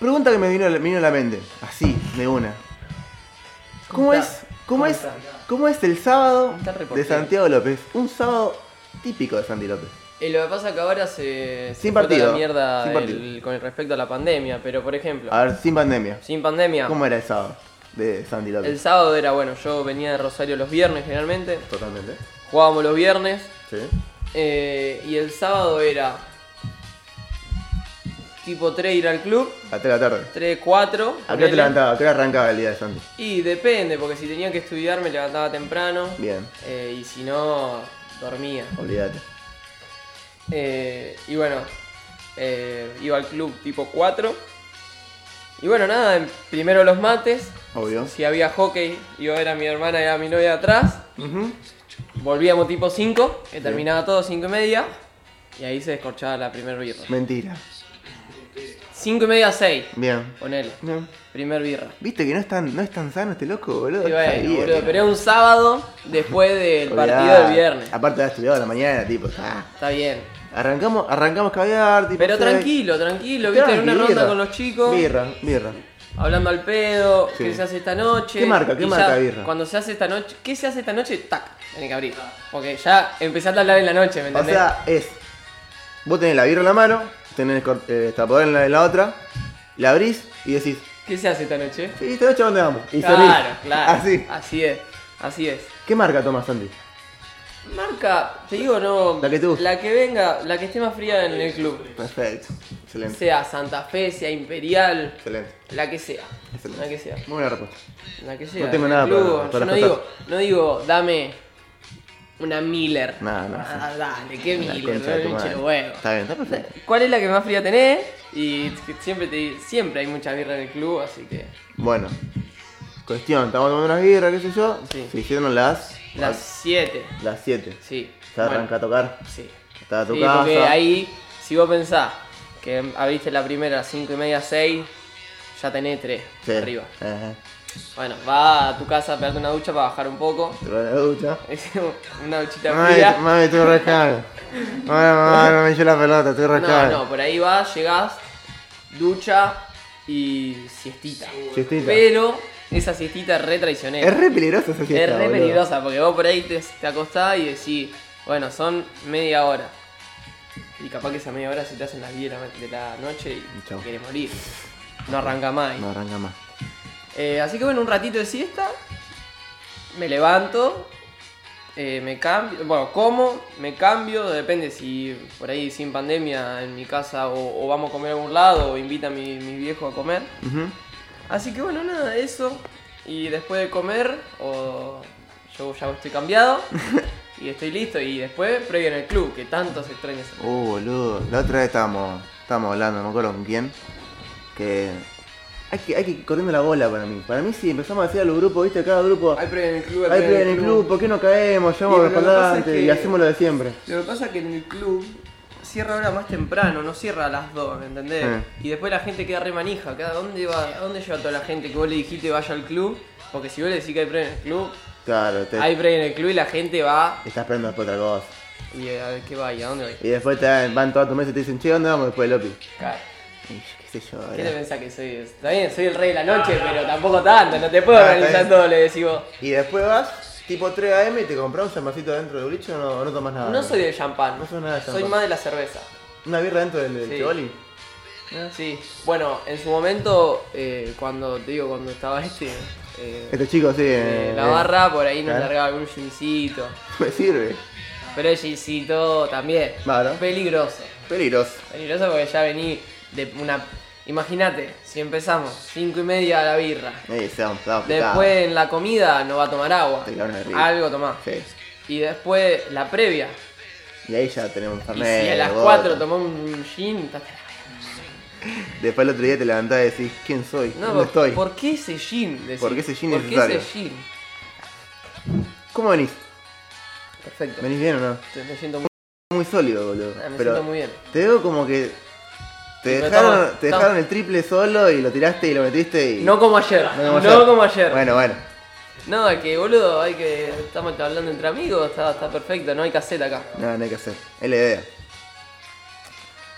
[SPEAKER 1] Pregunta que me vino, a la- me vino a la mente. Así, de una. ¿Cómo
[SPEAKER 2] Contá.
[SPEAKER 1] es ¿Cómo es, ¿Cómo es el sábado
[SPEAKER 2] Está re
[SPEAKER 1] de
[SPEAKER 2] portero.
[SPEAKER 1] Santiago López? Un sábado típico de Santi López.
[SPEAKER 2] Y Eh, lo que pasa es que ahora se, se
[SPEAKER 1] Sin
[SPEAKER 2] explota
[SPEAKER 1] partido,
[SPEAKER 2] la mierda
[SPEAKER 1] sin
[SPEAKER 2] del-
[SPEAKER 1] partido.
[SPEAKER 2] con respecto a la pandemia, pero por ejemplo,
[SPEAKER 1] A ver, sin pandemia.
[SPEAKER 2] sin pandemia,
[SPEAKER 1] ¿Cómo era el sábado de Santi López?
[SPEAKER 2] el sábado era bueno, yo venía de Rosario los viernes generalmente,
[SPEAKER 1] Totalmente.
[SPEAKER 2] jugábamos los viernes,
[SPEAKER 1] Sí.
[SPEAKER 2] eh, y el sábado era tipo 3 ir al club,
[SPEAKER 1] A las 3 de la tarde.
[SPEAKER 2] 3, 4,
[SPEAKER 1] ¿A qué hora te levantaba? ¿A qué hora arrancaba el día de Santi?
[SPEAKER 2] y depende, porque si tenía que estudiar me levantaba temprano,
[SPEAKER 1] Bien,
[SPEAKER 2] eh, y si no, dormía.
[SPEAKER 1] olvídate.
[SPEAKER 2] Eh, y bueno, eh, iba al club tipo 4. Y bueno, nada, em- primero los mates.
[SPEAKER 1] Obvio.
[SPEAKER 2] Si había hockey, yo era mi hermana y era mi novia atrás.
[SPEAKER 1] Ujú.
[SPEAKER 2] Volvíamos tipo 5, que terminaba todo 5 y media. Y ahí se descorchaba la primer birra.
[SPEAKER 1] Mentira.
[SPEAKER 2] 5 y media a 6,
[SPEAKER 1] Bien.
[SPEAKER 2] ponele.
[SPEAKER 1] Bien.
[SPEAKER 2] Primer birra.
[SPEAKER 1] ¿Viste que no es tan, no es tan sano este loco, boludo?
[SPEAKER 2] Y bueno,
[SPEAKER 1] Sabía,
[SPEAKER 2] boludo,
[SPEAKER 1] mira.
[SPEAKER 2] pero era un sábado después del
[SPEAKER 1] Olvidá.
[SPEAKER 2] partido del viernes.
[SPEAKER 1] Aparte de estudiado a la mañana, tipo. ah,
[SPEAKER 2] Está bien.
[SPEAKER 1] Arrancamos, arrancamos caviar, tipo.
[SPEAKER 2] Pero
[SPEAKER 1] seis.
[SPEAKER 2] tranquilo, tranquilo,
[SPEAKER 1] Claro,
[SPEAKER 2] viste, en una
[SPEAKER 1] birra.
[SPEAKER 2] ronda con los chicos.
[SPEAKER 1] Birra, birra.
[SPEAKER 2] Hablando al pedo,
[SPEAKER 1] Sí.
[SPEAKER 2] qué se hace esta noche.
[SPEAKER 1] ¿Qué marca? ¿Qué
[SPEAKER 2] Y
[SPEAKER 1] marca
[SPEAKER 2] ya
[SPEAKER 1] birra?
[SPEAKER 2] Cuando se hace esta noche, ¿qué se hace esta noche? Tac, tenés que abrir. Porque ya empezaste a hablar en la noche, ¿me
[SPEAKER 1] O
[SPEAKER 2] entendés?
[SPEAKER 1] sea, es. Vos tenés la birra en la mano, tenés cor- eh, tapador en la, en la otra, la abrís y decís,
[SPEAKER 2] ¿Qué se hace esta noche?
[SPEAKER 1] sí, esta noche a dónde vamos. Y
[SPEAKER 2] claro,
[SPEAKER 1] servís.
[SPEAKER 2] claro.
[SPEAKER 1] Así.
[SPEAKER 2] es, así es.
[SPEAKER 1] ¿Qué marca tomas, Santi?
[SPEAKER 2] Marca, te digo, no.
[SPEAKER 1] La que te guste.
[SPEAKER 2] La que venga, la que esté más fría en el club.
[SPEAKER 1] Perfecto. Excelente.
[SPEAKER 2] Sea Santa Fe, sea Imperial,
[SPEAKER 1] Excelente.
[SPEAKER 2] la que sea.
[SPEAKER 1] Excelente.
[SPEAKER 2] La que sea.
[SPEAKER 1] Muy buena respuesta.
[SPEAKER 2] La que sea.
[SPEAKER 1] No tengo
[SPEAKER 2] en el
[SPEAKER 1] nada para-
[SPEAKER 2] club.
[SPEAKER 1] para
[SPEAKER 2] Yo no digo,
[SPEAKER 1] rescatar.
[SPEAKER 2] no digo, dame una Miller.
[SPEAKER 1] No, no,
[SPEAKER 2] Ah, dale, qué
[SPEAKER 1] La
[SPEAKER 2] Miller,
[SPEAKER 1] concha de tu
[SPEAKER 2] no me hinche
[SPEAKER 1] madre.
[SPEAKER 2] los huevos.
[SPEAKER 1] Está bien, está perfecto.
[SPEAKER 2] ¿Cuál es la que más fría tenés? Y que siempre te siempre hay mucha birra en el club, así que
[SPEAKER 1] Bueno, cuestión, estamos tomando unas birras, qué sé yo.
[SPEAKER 2] Sí.
[SPEAKER 1] Se hicieron las.
[SPEAKER 2] las 7.
[SPEAKER 1] Las 7.
[SPEAKER 2] Sí.
[SPEAKER 1] Ya
[SPEAKER 2] bueno,
[SPEAKER 1] arranca a tocar.
[SPEAKER 2] Sí.
[SPEAKER 1] Está a tu
[SPEAKER 2] Sí,
[SPEAKER 1] casa.
[SPEAKER 2] porque ahí si vos pensás que abriste la primera 5 y media 6, ya tenés 3
[SPEAKER 1] Sí. Eh,
[SPEAKER 2] arriba.
[SPEAKER 1] Ajá.
[SPEAKER 2] Bueno, va a tu casa a pegarte una ducha para bajar un poco.
[SPEAKER 1] Te vas a la ducha.
[SPEAKER 2] Es una duchita
[SPEAKER 1] Mami,
[SPEAKER 2] fría.
[SPEAKER 1] mami, estoy rascado. Mamá, mamá, no me eché la pelota, estoy
[SPEAKER 2] No,
[SPEAKER 1] rascado.
[SPEAKER 2] no, por ahí vas, llegás, ducha y siestita.
[SPEAKER 1] Siestita.
[SPEAKER 2] Pero esa siestita es re traicionera.
[SPEAKER 1] Es re peligrosa esa siesta,
[SPEAKER 2] Es re
[SPEAKER 1] boludo.
[SPEAKER 2] peligrosa porque vos por ahí te, te acostás y decís, bueno, son media hora. Y capaz que esa media hora se te hacen las 10 de la, de la noche y
[SPEAKER 1] Chau.
[SPEAKER 2] te querés morir. No arranca más. ahí.
[SPEAKER 1] No arranca más.
[SPEAKER 2] Eh, así que bueno, un ratito de siesta, me levanto, eh, me cambio, bueno, como, me cambio, depende si por ahí sin pandemia en mi casa o, o vamos a comer a algún lado o invita a mi, mi viejo a comer.
[SPEAKER 1] Ujú.
[SPEAKER 2] Así que bueno, nada, eso. Y después de comer, o yo ya estoy cambiado y estoy listo. Y después previo en el club, que tanto se extraña eso.
[SPEAKER 1] Uh, boludo. La otra vez estábamos, estábamos hablando, no me acuerdo con quién. Que hay, que hay que ir corriendo la bola para mí. Para mí, si empezamos a decir a los grupos, viste, cada grupo.
[SPEAKER 2] Hay previo en el club,
[SPEAKER 1] Hay play en el club, ¿por qué no caemos? Llevamos
[SPEAKER 2] Y, pero lo que
[SPEAKER 1] para
[SPEAKER 2] pasa es
[SPEAKER 1] adelante
[SPEAKER 2] que-
[SPEAKER 1] y hacemos lo de siempre.
[SPEAKER 2] Lo que pasa es que en el club cierra ahora más temprano, no cierra a las 2, ¿me entendés?
[SPEAKER 1] Eh.
[SPEAKER 2] Y después la gente queda re manija, ¿a dónde, va, ¿a dónde lleva toda la gente que vos le dijiste vaya al club? Porque si vos le decís que hay previo en el club,
[SPEAKER 1] Claro, te
[SPEAKER 2] hay previo en el club y la gente va.
[SPEAKER 1] estás esperando después otra cosa.
[SPEAKER 2] ¿Y eh, a ver qué va? ¿Y a dónde va?
[SPEAKER 1] Y después te dan- van todos tus meses y te dicen, che, ¿dónde vamos después del Lopi?
[SPEAKER 2] Claro.
[SPEAKER 1] Y yo, qué sé yo,
[SPEAKER 2] ¿Qué te
[SPEAKER 1] era.
[SPEAKER 2] pensás que soy? Está bien, soy el rey de la noche, pero tampoco tanto, no te puedo
[SPEAKER 1] Ah, está
[SPEAKER 2] organizar
[SPEAKER 1] bien.
[SPEAKER 2] todo, le decís vos.
[SPEAKER 1] Y después vas, tipo 3 AM y te compras un champacito dentro del boliche o no, o no tomas nada.
[SPEAKER 2] No soy de champán,
[SPEAKER 1] Ah. No soy nada de
[SPEAKER 2] soy
[SPEAKER 1] champán.
[SPEAKER 2] más de la cerveza.
[SPEAKER 1] Una birra dentro del, del
[SPEAKER 2] Sí.
[SPEAKER 1] Tivoli. Ah.
[SPEAKER 2] Sí, bueno, en su momento, eh, cuando te digo, cuando estaba este, eh,
[SPEAKER 1] Estos chicos, sí. eh,
[SPEAKER 2] Eh, la
[SPEAKER 1] eh,
[SPEAKER 2] barra por ahí nos
[SPEAKER 1] ¿eh?
[SPEAKER 2] largaba algún jeansito.
[SPEAKER 1] Me sirve.
[SPEAKER 2] Pero el jeansito también.
[SPEAKER 1] Claro.
[SPEAKER 2] Peligroso.
[SPEAKER 1] Peligroso.
[SPEAKER 2] Peligroso porque ya vení de una. Imagínate, si empezamos, cinco y media a la birra.
[SPEAKER 1] Eh, se vamos, se vamos,
[SPEAKER 2] Después en la comida no va a tomar agua.
[SPEAKER 1] Te quedaron arriba.
[SPEAKER 2] Algo tomás.
[SPEAKER 1] picado. Sí.
[SPEAKER 2] Y después la previa.
[SPEAKER 1] Y ahí ya tenemos
[SPEAKER 2] Y
[SPEAKER 1] Fernet.
[SPEAKER 2] si a las
[SPEAKER 1] vodka.
[SPEAKER 2] 4 tomás un gin, estás hasta la verga.
[SPEAKER 1] Después el otro día te levantás y decís, ¿quién soy?
[SPEAKER 2] No,
[SPEAKER 1] ¿Dónde
[SPEAKER 2] ¿por,
[SPEAKER 1] estoy?
[SPEAKER 2] ¿por qué ese gin? Decís.
[SPEAKER 1] ¿Por qué ese gin
[SPEAKER 2] ¿Por qué ese
[SPEAKER 1] necesario?
[SPEAKER 2] gin?
[SPEAKER 1] ¿Cómo venís?
[SPEAKER 2] Perfecto.
[SPEAKER 1] ¿Venís bien o no?
[SPEAKER 2] Te- Me siento muy,
[SPEAKER 1] Muy sólido, boludo.
[SPEAKER 2] Ah, me
[SPEAKER 1] Pero
[SPEAKER 2] siento muy bien.
[SPEAKER 1] Te veo como que. Te
[SPEAKER 2] Pero
[SPEAKER 1] dejaron,
[SPEAKER 2] estamos-
[SPEAKER 1] te dejaron el triple solo y lo tiraste y lo metiste y.
[SPEAKER 2] No como ayer.
[SPEAKER 1] No como
[SPEAKER 2] No
[SPEAKER 1] ayer.
[SPEAKER 2] como ayer.
[SPEAKER 1] Bueno, bueno.
[SPEAKER 2] No, es que boludo, hay que. Estamos hablando entre amigos, está, está perfecto, no hay caseta acá.
[SPEAKER 1] No, no hay que hacer. Es la idea.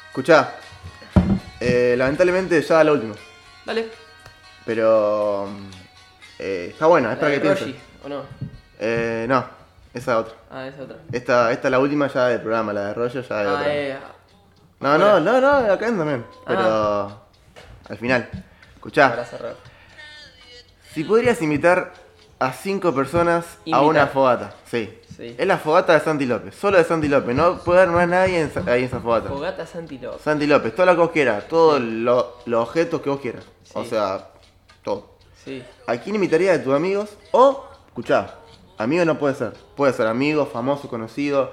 [SPEAKER 1] Escuchá. eh, lamentablemente ya la última.
[SPEAKER 2] Dale.
[SPEAKER 1] Pero. mm, eh, está buena, es
[SPEAKER 2] La
[SPEAKER 1] para
[SPEAKER 2] de
[SPEAKER 1] que pienses.
[SPEAKER 2] Roshi. ¿O no?
[SPEAKER 1] Eh, no, esa otra.
[SPEAKER 2] Ah, es otra.
[SPEAKER 1] Esta, esta es la última ya del programa, la de Roger ya de
[SPEAKER 2] ah,
[SPEAKER 1] otra.
[SPEAKER 2] eh,
[SPEAKER 1] No, no, no, no, acá en también. Pero
[SPEAKER 2] Ah.
[SPEAKER 1] al final.
[SPEAKER 2] para
[SPEAKER 1] Escuchá,
[SPEAKER 2] cerrar.
[SPEAKER 1] si podrías invitar a cinco personas
[SPEAKER 2] Invitar.
[SPEAKER 1] a una fogata. Sí.
[SPEAKER 2] Sí.
[SPEAKER 1] Es la fogata de Santi López, solo de Santi López, no puede haber más nadie en, esa- ahí en esa fogata.
[SPEAKER 2] Fogata Santi Love.
[SPEAKER 1] Santi López, todo lo que vos quieras, todos lo- los objetos que vos quieras. O
[SPEAKER 2] Sí.
[SPEAKER 1] sea, todo.
[SPEAKER 2] Sí.
[SPEAKER 1] ¿A quién invitaría de tus amigos? O, escuchá, amigo no puede ser. Puede ser amigo, famoso, conocido.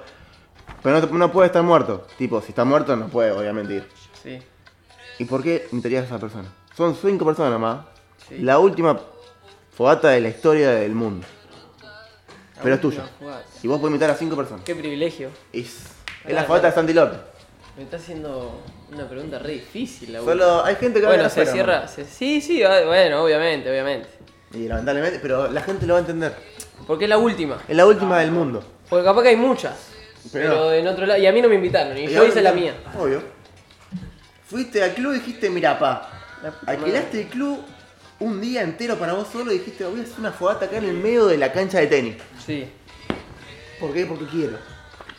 [SPEAKER 1] Pero no, no puede estar muerto. Tipo, si está muerto no puede, obviamente ir.
[SPEAKER 2] Sí.
[SPEAKER 1] ¿Y por qué invitarías a esa persona? Son cinco personas nomás.
[SPEAKER 2] Sí.
[SPEAKER 1] La última fogata de la historia del mundo.
[SPEAKER 2] La
[SPEAKER 1] Pero es
[SPEAKER 2] última
[SPEAKER 1] tuya.
[SPEAKER 2] fogata.
[SPEAKER 1] Y vos podés invitar a cinco personas.
[SPEAKER 2] Qué privilegio.
[SPEAKER 1] Es, es
[SPEAKER 2] Pará,
[SPEAKER 1] la fogata de Santi López.
[SPEAKER 2] Me está haciendo una pregunta re difícil la última.
[SPEAKER 1] Solo hay gente que va
[SPEAKER 2] Bueno,
[SPEAKER 1] de
[SPEAKER 2] se
[SPEAKER 1] afuera,
[SPEAKER 2] cierra. se- Sí, sí, ah, bueno, obviamente, obviamente.
[SPEAKER 1] ¿no? Y lamentablemente, pero la gente lo va a entender.
[SPEAKER 2] Porque es la última.
[SPEAKER 1] Es la última del mundo.
[SPEAKER 2] Porque capaz que hay muchas. Pero,
[SPEAKER 1] Pero-
[SPEAKER 2] en otro lado. Y a mí no me invitaron. Y, yo hice la mía.
[SPEAKER 1] Obvio. Fuiste al club y dijiste, mira pa,
[SPEAKER 2] La puta
[SPEAKER 1] alquilaste el club un día entero para vos solo y dijiste, voy a hacer una fogata acá en el medio de la cancha de tenis.
[SPEAKER 2] Sí.
[SPEAKER 1] ¿Por qué? Porque quiero.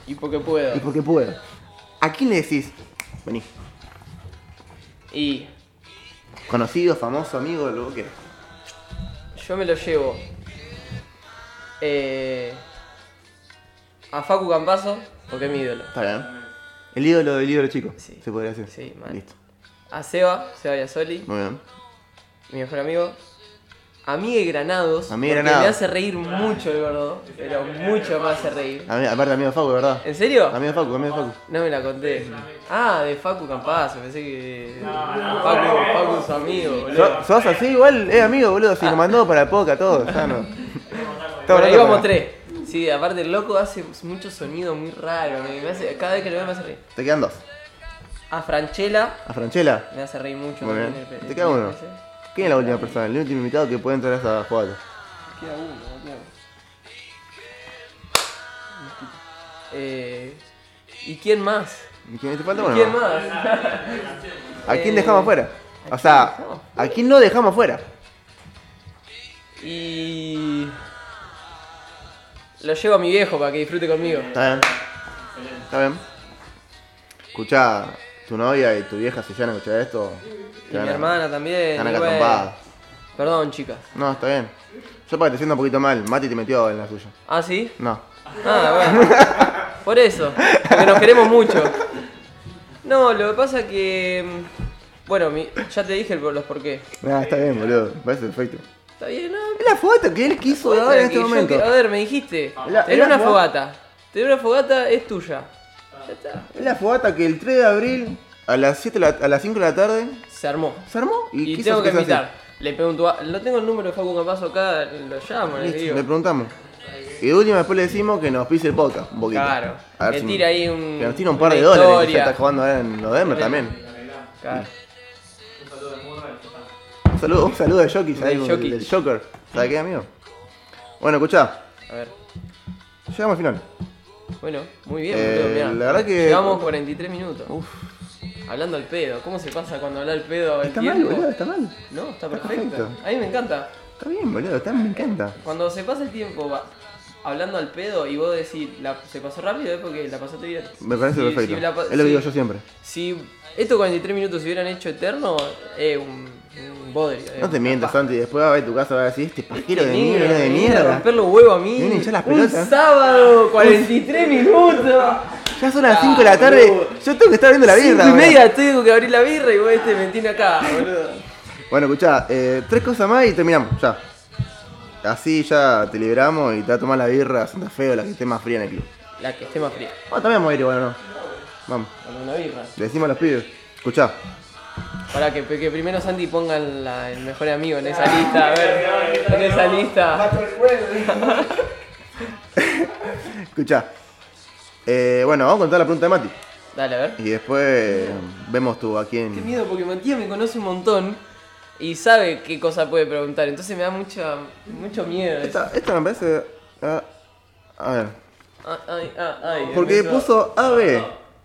[SPEAKER 2] Y porque puedo.
[SPEAKER 1] Y porque puedo. ¿A quién le decís? Vení.
[SPEAKER 2] Y
[SPEAKER 1] Conocido, famoso, amigo, lo que quieras.
[SPEAKER 2] yo me lo llevo. eh, a Facu Campazo, porque es mi ídolo.
[SPEAKER 1] Está bien. El ídolo del ídolo chico.
[SPEAKER 2] Sí.
[SPEAKER 1] Se podría decir.
[SPEAKER 2] Sí, mal.
[SPEAKER 1] Listo.
[SPEAKER 2] A Seba, Seba Yasoli,
[SPEAKER 1] Muy bien.
[SPEAKER 2] mi mejor amigo. A Miguel Granados.
[SPEAKER 1] A Miguel
[SPEAKER 2] porque
[SPEAKER 1] Granados.
[SPEAKER 2] Me hace reír mucho el gordo. Pero mucho me hace reír.
[SPEAKER 1] A mí, aparte, amigo de Facu, ¿verdad?
[SPEAKER 2] ¿En serio?
[SPEAKER 1] Amigo de Facu, amigo de Facu.
[SPEAKER 2] No me la conté. Ah, de Facu Campazo, pensé que. Facu, Facu su amigo, boludo.
[SPEAKER 1] ¿Sos- ¿Sos así igual? Eh, amigo, boludo. Si lo mandó para el podcast, todo. ya no.
[SPEAKER 2] Bueno, ahí vamos
[SPEAKER 1] para-
[SPEAKER 2] tres. Sí, aparte el loco hace mucho sonido muy raro. me- me hace- cada vez que lo veo me hace reír.
[SPEAKER 1] Te quedan dos.
[SPEAKER 2] A Franchella
[SPEAKER 1] A Franchella.
[SPEAKER 2] me hace reír mucho.
[SPEAKER 1] Muy
[SPEAKER 2] también
[SPEAKER 1] bien.
[SPEAKER 2] el pe-
[SPEAKER 1] Te queda uno.
[SPEAKER 2] ese.
[SPEAKER 1] ¿Quién es la última persona? El último invitado que puede entrar a esa jugada.
[SPEAKER 2] Queda uno, queda uno. Eh, ¿Y quién más?
[SPEAKER 1] ¿Y ¿Quién te falta uno?
[SPEAKER 2] ¿Quién
[SPEAKER 1] no?
[SPEAKER 2] más?
[SPEAKER 1] ¿A quién
[SPEAKER 2] Eh,
[SPEAKER 1] dejamos afuera?
[SPEAKER 2] ¿a
[SPEAKER 1] O sea,
[SPEAKER 2] quién dejamos?
[SPEAKER 1] ¿a quién no dejamos afuera?
[SPEAKER 2] Y. Lo llevo a mi viejo para que disfrute conmigo.
[SPEAKER 1] Está bien. Está bien. Escuchá, tu novia y tu vieja se llegan a escuchar esto.
[SPEAKER 2] Y mi hermana también.
[SPEAKER 1] Están
[SPEAKER 2] y
[SPEAKER 1] acá
[SPEAKER 2] bueno.
[SPEAKER 1] trompadas.
[SPEAKER 2] Perdón, chicas.
[SPEAKER 1] No, está bien. Yo para que te sienta un poquito mal, Mati te metió en la suya.
[SPEAKER 2] ¿Ah, sí?
[SPEAKER 1] No.
[SPEAKER 2] Ah, bueno. Por eso. Porque nos queremos mucho. No, lo que pasa que. mm, Bueno, mi- ya te dije el por- los por qué.
[SPEAKER 1] Ah, está bien, boludo. Me parece perfecto.
[SPEAKER 2] Está bien, no.
[SPEAKER 1] Es la foto que él quiso dar en este
[SPEAKER 2] Que yo
[SPEAKER 1] momento.
[SPEAKER 2] que- a ver, me dijiste.
[SPEAKER 1] La-
[SPEAKER 2] Tener
[SPEAKER 1] la
[SPEAKER 2] una
[SPEAKER 1] fogata-
[SPEAKER 2] fogata. Tener una fogata es tuya. Ya está.
[SPEAKER 1] Es la fogata que el 3 de abril a las, 7 de la- a las 5 de la tarde
[SPEAKER 2] Se armó.
[SPEAKER 1] se armó y,
[SPEAKER 2] Y,
[SPEAKER 1] quiso
[SPEAKER 2] tengo que
[SPEAKER 1] quiso hacer.
[SPEAKER 2] invitar. Le pregunto a... No tengo el número de Facu Campazo acá, lo llamo, le
[SPEAKER 1] Listo,
[SPEAKER 2] digo.
[SPEAKER 1] le preguntamos. Y de última después le decimos que nos pise el podcast un poquito.
[SPEAKER 2] Claro.
[SPEAKER 1] A ver
[SPEAKER 2] Que
[SPEAKER 1] si-
[SPEAKER 2] tira ahí un-
[SPEAKER 1] Que nos tira un
[SPEAKER 2] una
[SPEAKER 1] par de dólares que
[SPEAKER 2] historia.
[SPEAKER 1] ya está jugando ahora en los Denver también.
[SPEAKER 2] Claro.
[SPEAKER 3] Un saludo de Murray.
[SPEAKER 1] Un saludo, un saludo de Jockey, ¿sabes?
[SPEAKER 2] Del
[SPEAKER 1] Del,
[SPEAKER 2] jockey.
[SPEAKER 1] del Joker. ¿Sabes qué, amigo? Bueno, escuchá,
[SPEAKER 2] A ver.
[SPEAKER 1] llegamos al final.
[SPEAKER 2] Bueno, muy bien,
[SPEAKER 1] Eh,
[SPEAKER 2] boludo, mirá.
[SPEAKER 1] la verdad que-
[SPEAKER 2] Llevamos 43 minutos.
[SPEAKER 1] Uf.
[SPEAKER 2] Hablando al pedo. ¿Cómo se pasa cuando habla al pedo al
[SPEAKER 1] Está mal,
[SPEAKER 2] tiempo?
[SPEAKER 1] boludo, está mal.
[SPEAKER 2] No, está
[SPEAKER 1] Está
[SPEAKER 2] perfecto.
[SPEAKER 1] perfecto.
[SPEAKER 2] A mí me encanta.
[SPEAKER 1] Está bien, boludo, está, me encanta.
[SPEAKER 2] Cuando se pasa el tiempo va hablando al pedo y vos decís, la, se pasó rápido, es porque la pasaste bien.
[SPEAKER 1] Me parece
[SPEAKER 2] Si-
[SPEAKER 1] perfecto.
[SPEAKER 2] si la pa-
[SPEAKER 1] es lo que
[SPEAKER 2] si-
[SPEAKER 1] digo yo siempre.
[SPEAKER 2] Si estos 43 minutos se hubieran hecho eterno, eh, un, un bodrio. eh,
[SPEAKER 1] No te
[SPEAKER 2] una
[SPEAKER 1] mientas,
[SPEAKER 2] paja.
[SPEAKER 1] Santi, después vas a ver tu casa y vas a decir, este pajero de
[SPEAKER 2] Venir,
[SPEAKER 1] mierda, de
[SPEAKER 2] venir a
[SPEAKER 1] mierda.
[SPEAKER 2] romper los huevos a mí.
[SPEAKER 1] Me vienen a hinchar las
[SPEAKER 2] un
[SPEAKER 1] pelotas.
[SPEAKER 2] sábado, 43 minutos.
[SPEAKER 1] Ya son las 5 de la tarde,
[SPEAKER 2] Ah, boludo.
[SPEAKER 1] yo tengo que estar viendo la birra.
[SPEAKER 2] Cinco y
[SPEAKER 1] ahora.
[SPEAKER 2] media tengo que abrir la birra y vos este me tiene acá, boludo.
[SPEAKER 1] Bueno, escuchá, eh, tres cosas más y terminamos, ya. Así ya te liberamos y te va a tomar la birra Santa Fe o la que esté más fría en el club.
[SPEAKER 2] La que esté más fría.
[SPEAKER 1] Bueno, también vamos a ir igual, ¿o ¿no? Vamos,
[SPEAKER 2] Con una birra.
[SPEAKER 1] le decimos a los pibes. Escuchá,
[SPEAKER 2] Para que, que primero Santi ponga la- el mejor amigo en esa lista, a ver. En esa lista.
[SPEAKER 1] escuchá. Eh, bueno, vamos a contar la pregunta de Mati.
[SPEAKER 2] Dale, a ver.
[SPEAKER 1] Y después vemos tú a quién.
[SPEAKER 2] Qué miedo porque Matías me conoce un montón y sabe qué cosa puede preguntar, entonces me da mucha, mucho miedo. eso.
[SPEAKER 1] Esta, esta me parece. ah, a ver.
[SPEAKER 2] Ah, Ay, ah, ay,
[SPEAKER 1] Porque puso
[SPEAKER 2] empezó.
[SPEAKER 1] AB.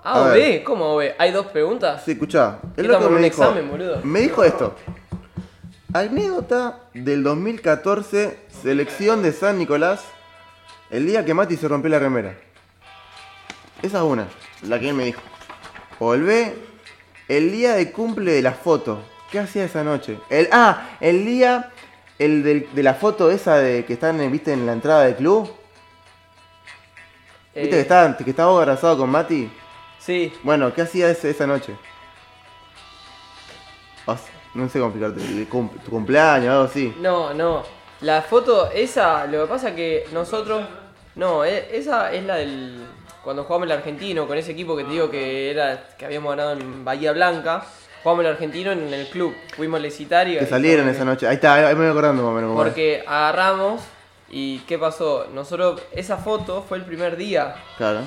[SPEAKER 2] Ah,
[SPEAKER 1] A ver.
[SPEAKER 2] B, ¿cómo B? ¿Hay dos preguntas?
[SPEAKER 1] Sí, escuchá.
[SPEAKER 2] ¿Qué
[SPEAKER 1] El loco
[SPEAKER 2] estamos en
[SPEAKER 1] me
[SPEAKER 2] un
[SPEAKER 1] dijo.
[SPEAKER 2] examen, boludo?
[SPEAKER 1] Me dijo esto. Anécdota del 2014, selección de San Nicolás, el día que Mati se rompió la remera. Esa es una, la que él me dijo. Volvé el día de cumple de la foto. ¿Qué hacía esa noche? El, ah, el día el del- de la foto esa de que están, eh, viste, en la entrada del club. ¿Viste que
[SPEAKER 2] Eh,
[SPEAKER 1] está, que estaba abrazado con Mati?
[SPEAKER 2] Sí,
[SPEAKER 1] Bueno, ¿qué hacía ese- esa noche? O sea, no sé cómo explicarte, el cum- tu cumpleaños, algo así.
[SPEAKER 2] no, no. La foto, esa, lo que pasa que nosotros. No, e- esa es la del. Cuando jugamos el argentino con ese equipo que te digo que era que habíamos ganado en Bahía Blanca, jugamos el argentino en el club, fuimos licitarios.
[SPEAKER 1] Que salieron esa noche. Ahí está, ahí ahí me voy acordando más o menos. cómo era.
[SPEAKER 2] Porque agarramos y ¿qué pasó? Nosotros, esa foto fue el primer día
[SPEAKER 1] Claro.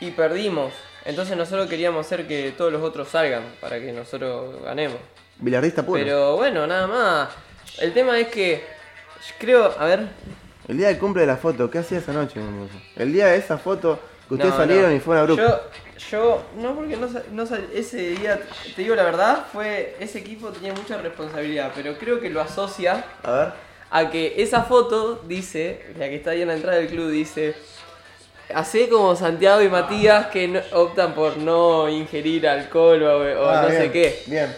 [SPEAKER 2] y perdimos. Entonces nosotros queríamos hacer que todos los otros salgan para que nosotros ganemos.
[SPEAKER 1] Bilardista puro.
[SPEAKER 2] Pero bueno, nada más. El tema es que creo, a ver,
[SPEAKER 1] El día del cumple de la foto, ¿qué hacía esa noche? boludo? El día de esa foto que ustedes
[SPEAKER 2] No,
[SPEAKER 1] salieron
[SPEAKER 2] no.
[SPEAKER 1] y fueron a Brook.
[SPEAKER 2] Yo, yo, no porque no, sa- no sa- ese día, te digo la verdad, fue ese equipo tenía mucha responsabilidad, pero creo que lo asocia
[SPEAKER 1] A ver.
[SPEAKER 2] a que esa foto dice, la que está ahí en la entrada del club dice, hacé como Santiago y Matías que no- optan por no ingerir alcohol o, o
[SPEAKER 1] Ah,
[SPEAKER 2] Oh, no
[SPEAKER 1] bien,
[SPEAKER 2] sé qué.
[SPEAKER 1] Bien.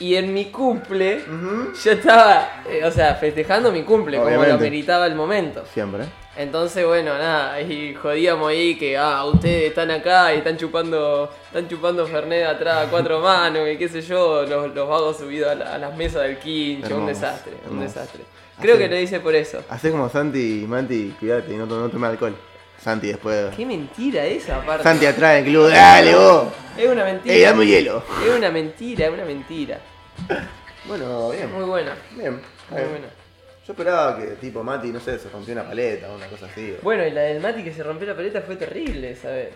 [SPEAKER 2] Y en mi cumple,
[SPEAKER 1] Ujú.
[SPEAKER 2] yo estaba, eh, o sea, festejando mi cumple, como lo
[SPEAKER 1] Obviamente.
[SPEAKER 2] meritaba el momento.
[SPEAKER 1] Siempre, ¿eh?
[SPEAKER 2] Entonces, bueno, nada, y jodíamos ahí que, ah, ustedes están acá y están chupando, están chupando Fernet atrás a cuatro manos y qué sé yo, los, los vagos subidos a, la- a las mesas del quincho, un
[SPEAKER 1] Hermoso,
[SPEAKER 2] desastre, un
[SPEAKER 1] hermoso.
[SPEAKER 2] desastre. Creo
[SPEAKER 1] Así.
[SPEAKER 2] que lo hice por eso.
[SPEAKER 1] Hacés como Santi y Manti, cuidate y no, to- no tomes alcohol. Santi después.
[SPEAKER 2] Qué mentira esa parte.
[SPEAKER 1] Santi atrás del club, dale vos.
[SPEAKER 2] Es una
[SPEAKER 1] Ey,
[SPEAKER 2] mentira.
[SPEAKER 1] dame hielo.
[SPEAKER 2] Es una mentira, es una mentira.
[SPEAKER 1] Bueno, bien.
[SPEAKER 2] Muy buena,
[SPEAKER 1] Bien.
[SPEAKER 2] muy buena.
[SPEAKER 1] Yo esperaba que tipo Mati, no sé, se rompió una paleta o una cosa así.
[SPEAKER 2] Bueno, y la del Mati que se rompió la paleta fue terrible, ¿sabes?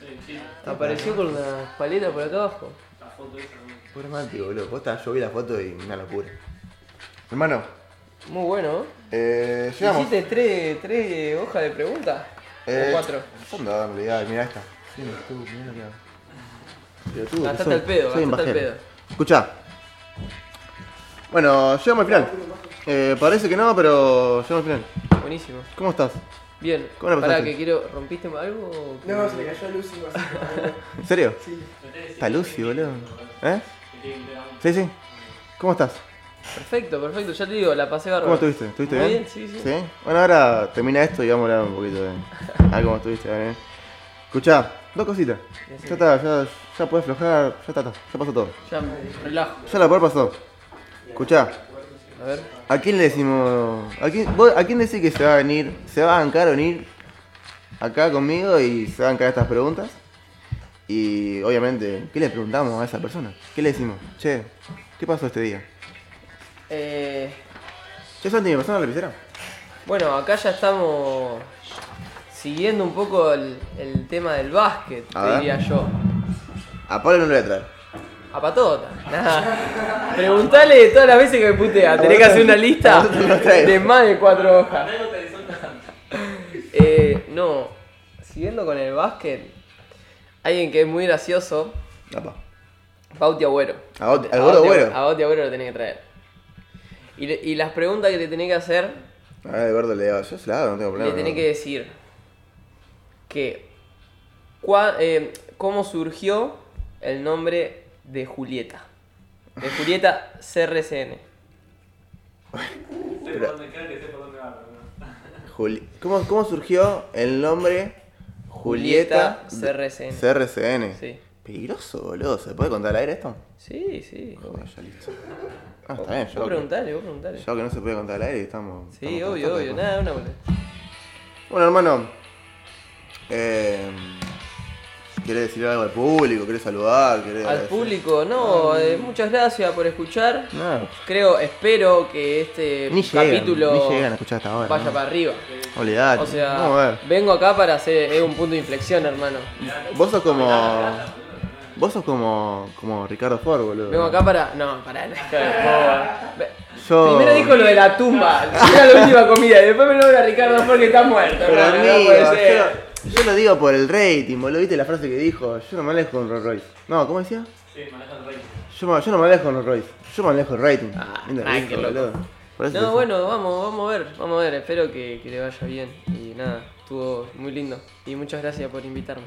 [SPEAKER 3] Sí, sí,
[SPEAKER 1] ¿Ah?
[SPEAKER 2] Apareció con una paleta por acá abajo.
[SPEAKER 3] la foto esa también.
[SPEAKER 1] Pobre Mati, boludo. Posta, yo vi la foto y una locura. Hermano,
[SPEAKER 2] Muy bueno,
[SPEAKER 1] eh,
[SPEAKER 2] ¿eh?
[SPEAKER 1] llegamos.
[SPEAKER 2] ¿Hiciste tres, tres hojas de preguntas?
[SPEAKER 1] Eh,
[SPEAKER 2] ¿O cuatro?
[SPEAKER 1] Son dos, en realidad. Mirá esta. Sí, tú, mirá la Pero tú,
[SPEAKER 2] Gastate al pedo, gastate al pedo.
[SPEAKER 1] Escuchá. Bueno, llegamos al final. Eh, parece que no, pero llegamos al final.
[SPEAKER 2] Buenísimo.
[SPEAKER 1] ¿Cómo estás?
[SPEAKER 2] Bien.
[SPEAKER 1] ¿Cómo la
[SPEAKER 2] Pará,
[SPEAKER 1] pasaste?
[SPEAKER 2] que quiero. ¿Rompiste algo? o qué?
[SPEAKER 4] No, se le cayó a Lucy más
[SPEAKER 1] ¿En serio?
[SPEAKER 3] Metés
[SPEAKER 1] Está Lucy, boludo. ¿Eh?
[SPEAKER 3] que tiene que tener un-
[SPEAKER 1] Sí, sí. ¿Cómo estás?
[SPEAKER 2] Perfecto, perfecto. Ya te digo, la pasé bárbaro.
[SPEAKER 1] ¿Cómo estuviste? ¿Estuviste
[SPEAKER 2] Muy
[SPEAKER 1] bien?
[SPEAKER 2] bien, sí, sí.
[SPEAKER 1] Bueno, ahora termina esto y vamos a hablar un poquito de a ver cómo estuviste. a ver. eh. Escuchá, dos cositas.
[SPEAKER 2] Decime.
[SPEAKER 1] Ya está, ya, ya podés aflojar, ya está, está, ya pasó todo.
[SPEAKER 2] Ya me relajo.
[SPEAKER 1] Ya la peor pasó. Escuchá,
[SPEAKER 2] A ver.
[SPEAKER 1] ¿a quién le decimos. ¿A quién, vos- ¿a quién decís que se va a venir? ¿Se va a bancar a venir acá conmigo y se va a bancar estas preguntas? Y obviamente, ¿qué le preguntamos a esa persona? ¿Qué le decimos? Che, ¿qué pasó este día?
[SPEAKER 2] Eh,
[SPEAKER 1] Che, Santi, ¿me pasó la lapicera?
[SPEAKER 2] bueno, acá ya estamos siguiendo un poco el, el tema del básquet,
[SPEAKER 1] A
[SPEAKER 2] te
[SPEAKER 1] ver.
[SPEAKER 2] diría yo.
[SPEAKER 1] A Pablo no lo voy a traer.
[SPEAKER 2] A patota. Nada. Preguntale todas las veces que me putea. Tenés que hacer una lista de más de cuatro hojas. Eh, no. Siguiendo con el básquet, alguien que es muy gracioso,
[SPEAKER 1] Apa.
[SPEAKER 2] Bauti Agüero.
[SPEAKER 1] A Bauti- al Gordo
[SPEAKER 2] Bauti-
[SPEAKER 1] Agüero.
[SPEAKER 2] A Bauti Agüero lo tenés que traer. Y, le- y las preguntas que le tenés que hacer,
[SPEAKER 1] A ver, Eduardo le digo, yo se la hago, no tengo problema.
[SPEAKER 2] le tenés
[SPEAKER 1] no.
[SPEAKER 2] que decir que cua- eh, cómo surgió el nombre de Julieta. De Julieta CRCN.
[SPEAKER 3] Sé por dónde cae, que sé por dónde va, pero no.
[SPEAKER 1] Juli- ¿Cómo, cómo surgió el nombre Julieta,
[SPEAKER 2] Julieta CRCN.
[SPEAKER 1] CRCN.
[SPEAKER 2] Sí.
[SPEAKER 1] Peligroso, boludo. ¿Se puede contar al aire esto?
[SPEAKER 2] Sí, sí.
[SPEAKER 1] Oh, ya listo. Ah, está bien,
[SPEAKER 2] Vos
[SPEAKER 1] yo. que-
[SPEAKER 2] preguntale, vos preguntale.
[SPEAKER 1] Yo que no se puede contar al aire, estamos.
[SPEAKER 2] Sí,
[SPEAKER 1] estamos
[SPEAKER 2] obvio,
[SPEAKER 1] todos
[SPEAKER 2] obvio.
[SPEAKER 1] locos.
[SPEAKER 2] Nada, una boludez.
[SPEAKER 1] Bueno, hermano. Eh, ¿Querés decir algo al público? ¿Querés saludar? ¿Querés
[SPEAKER 2] Al
[SPEAKER 1] agradecer?
[SPEAKER 2] público, no, eh, muchas gracias por escuchar.
[SPEAKER 1] No.
[SPEAKER 2] Creo, espero que este
[SPEAKER 1] Ni llegan,
[SPEAKER 2] capítulo
[SPEAKER 1] ni llegan a escuchar hasta ahora.
[SPEAKER 2] vaya
[SPEAKER 1] ¿no?
[SPEAKER 2] para arriba.
[SPEAKER 1] Olvidate.
[SPEAKER 2] O sea,
[SPEAKER 1] Vamos a ver.
[SPEAKER 2] vengo acá para hacer es un punto de inflexión, hermano.
[SPEAKER 1] Vos sos como. Vos sos como. como Ricardo Ford, boludo.
[SPEAKER 2] Vengo acá para. No, para nada.
[SPEAKER 1] Yo-
[SPEAKER 2] Primero dijo lo de la tumba, que era la última comida, y después me lo a Ricardo porque está muerto.
[SPEAKER 1] Pero
[SPEAKER 2] hermano, no
[SPEAKER 1] amigo,
[SPEAKER 2] puede ser.
[SPEAKER 1] yo, yo lo digo por el rating, boludo. ¿Viste la frase que dijo? Yo no manejo un Rolls Royce. No, ¿cómo decía?
[SPEAKER 3] Sí, maneja el rey.
[SPEAKER 1] Yo Yo, me- yo no me alejo en los Royce, yo me alejo el rating.
[SPEAKER 2] Ah,
[SPEAKER 1] Mira,
[SPEAKER 2] ah,
[SPEAKER 1] hijo,
[SPEAKER 2] qué loco.
[SPEAKER 1] boludo. Por eso te
[SPEAKER 2] No,
[SPEAKER 1] digo.
[SPEAKER 2] bueno, vamos, vamos a ver, vamos a ver, espero que, que le vaya bien. Y nada, estuvo muy lindo. Y muchas gracias por invitarme.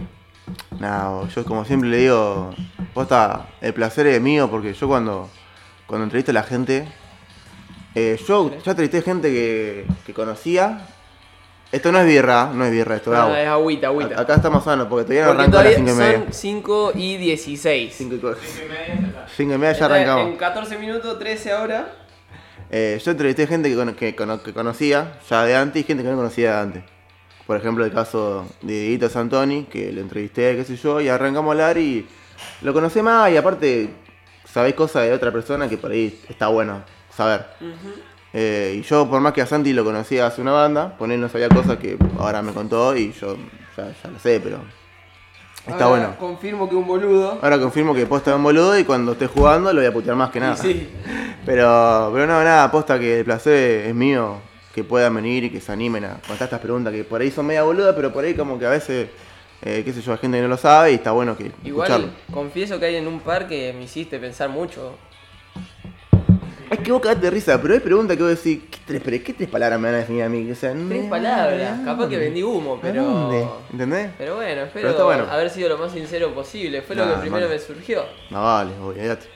[SPEAKER 1] No, yo como siempre le digo, posta, el placer es mío porque yo cuando, cuando entrevisto a la gente, eh, yo ya entrevisté gente que, que conocía. Esto no es birra, no es birra, esto es
[SPEAKER 2] Ah,
[SPEAKER 1] agua.
[SPEAKER 2] es agüita, agüita.
[SPEAKER 1] A- Acá estamos sano porque todavía no
[SPEAKER 2] Porque
[SPEAKER 1] arrancó a las
[SPEAKER 2] todavía
[SPEAKER 1] 5 y media.
[SPEAKER 2] son 5 y 16.
[SPEAKER 1] 5 y, co-
[SPEAKER 3] Cinco y media ya está.
[SPEAKER 1] cinco y media ya
[SPEAKER 2] Está En
[SPEAKER 1] arrancamos.
[SPEAKER 2] 14 minutos, 13 ahora.
[SPEAKER 1] Eh, yo entrevisté gente que, cono- que cono- que conocía ya de antes y gente que no conocía de antes. Por ejemplo, el caso de Dieguito Santoni, que lo entrevisté, qué sé yo, y arrancamos a hablar y lo conocí más y aparte sabés cosas de otra persona que por ahí está bueno saber. Eh, y yo, por más que a Santi lo conocía hace una banda, por él no sabía cosas que ahora me contó y yo ya, ya lo sé, pero está
[SPEAKER 2] Ahora
[SPEAKER 1] bueno.
[SPEAKER 2] Confirmo que un boludo.
[SPEAKER 1] Ahora confirmo que posta es un boludo y cuando esté jugando lo voy a putear más que nada.
[SPEAKER 2] Y sí.
[SPEAKER 1] Pero, pero no, nada, posta que el placer es mío que puedan venir y que se animen a contar estas preguntas que por ahí son media boludas, pero por ahí como que a veces, eh, qué sé yo, hay gente que no lo sabe y está bueno que
[SPEAKER 2] Igual
[SPEAKER 1] escucharlo.
[SPEAKER 2] confieso que hay en un par que me hiciste pensar mucho.
[SPEAKER 1] Es que vos cagaste de risa, pero hay preguntas que vos decís, ¿qué tres, pero qué tres palabras me van a definir a mí? O sea,
[SPEAKER 2] Tres
[SPEAKER 1] me-
[SPEAKER 2] palabras,
[SPEAKER 1] ¿a
[SPEAKER 2] capaz que
[SPEAKER 1] dónde?
[SPEAKER 2] vendí humo,
[SPEAKER 1] ¿A
[SPEAKER 2] pero.
[SPEAKER 1] dónde? ¿Entendés?
[SPEAKER 2] Pero bueno,
[SPEAKER 1] Pero
[SPEAKER 2] espero
[SPEAKER 1] está bueno.
[SPEAKER 2] haber sido lo más sincero posible. Fue lo
[SPEAKER 1] Nah,
[SPEAKER 2] que primero
[SPEAKER 1] hermano.
[SPEAKER 2] me surgió.
[SPEAKER 1] No vale, olvídate.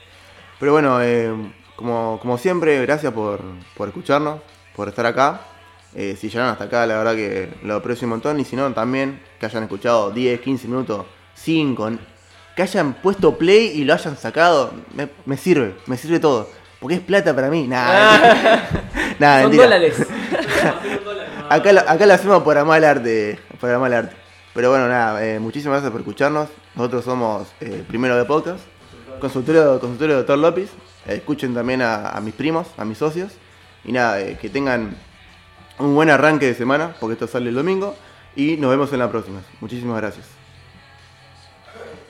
[SPEAKER 1] Pero bueno, eh, como, como siempre, gracias por, por escucharnos, por estar acá. Eh, si llegaron hasta acá, la verdad que lo aprecio un montón. Y si no, también que hayan escuchado 10, 15 minutos, 5, que hayan puesto play y lo hayan sacado, me, me sirve, me sirve todo. Porque es plata para mí. Nada, nada, Ah,
[SPEAKER 2] Son
[SPEAKER 1] mentira.
[SPEAKER 2] dólares.
[SPEAKER 3] Vamos a hacer un dólar, ¿no?
[SPEAKER 1] Acá lo, acá lo hacemos por amar el arte. Por amar el arte. Pero bueno, nada, eh, muchísimas gracias por escucharnos. Nosotros somos eh, Primero de Podcast, consultorio, consultorio de Doctor López. Eh, escuchen también a, a mis primos, a mis socios. Y nada, eh, que tengan un buen arranque de semana, porque esto sale el domingo. Y nos vemos en la próxima. Muchísimas gracias.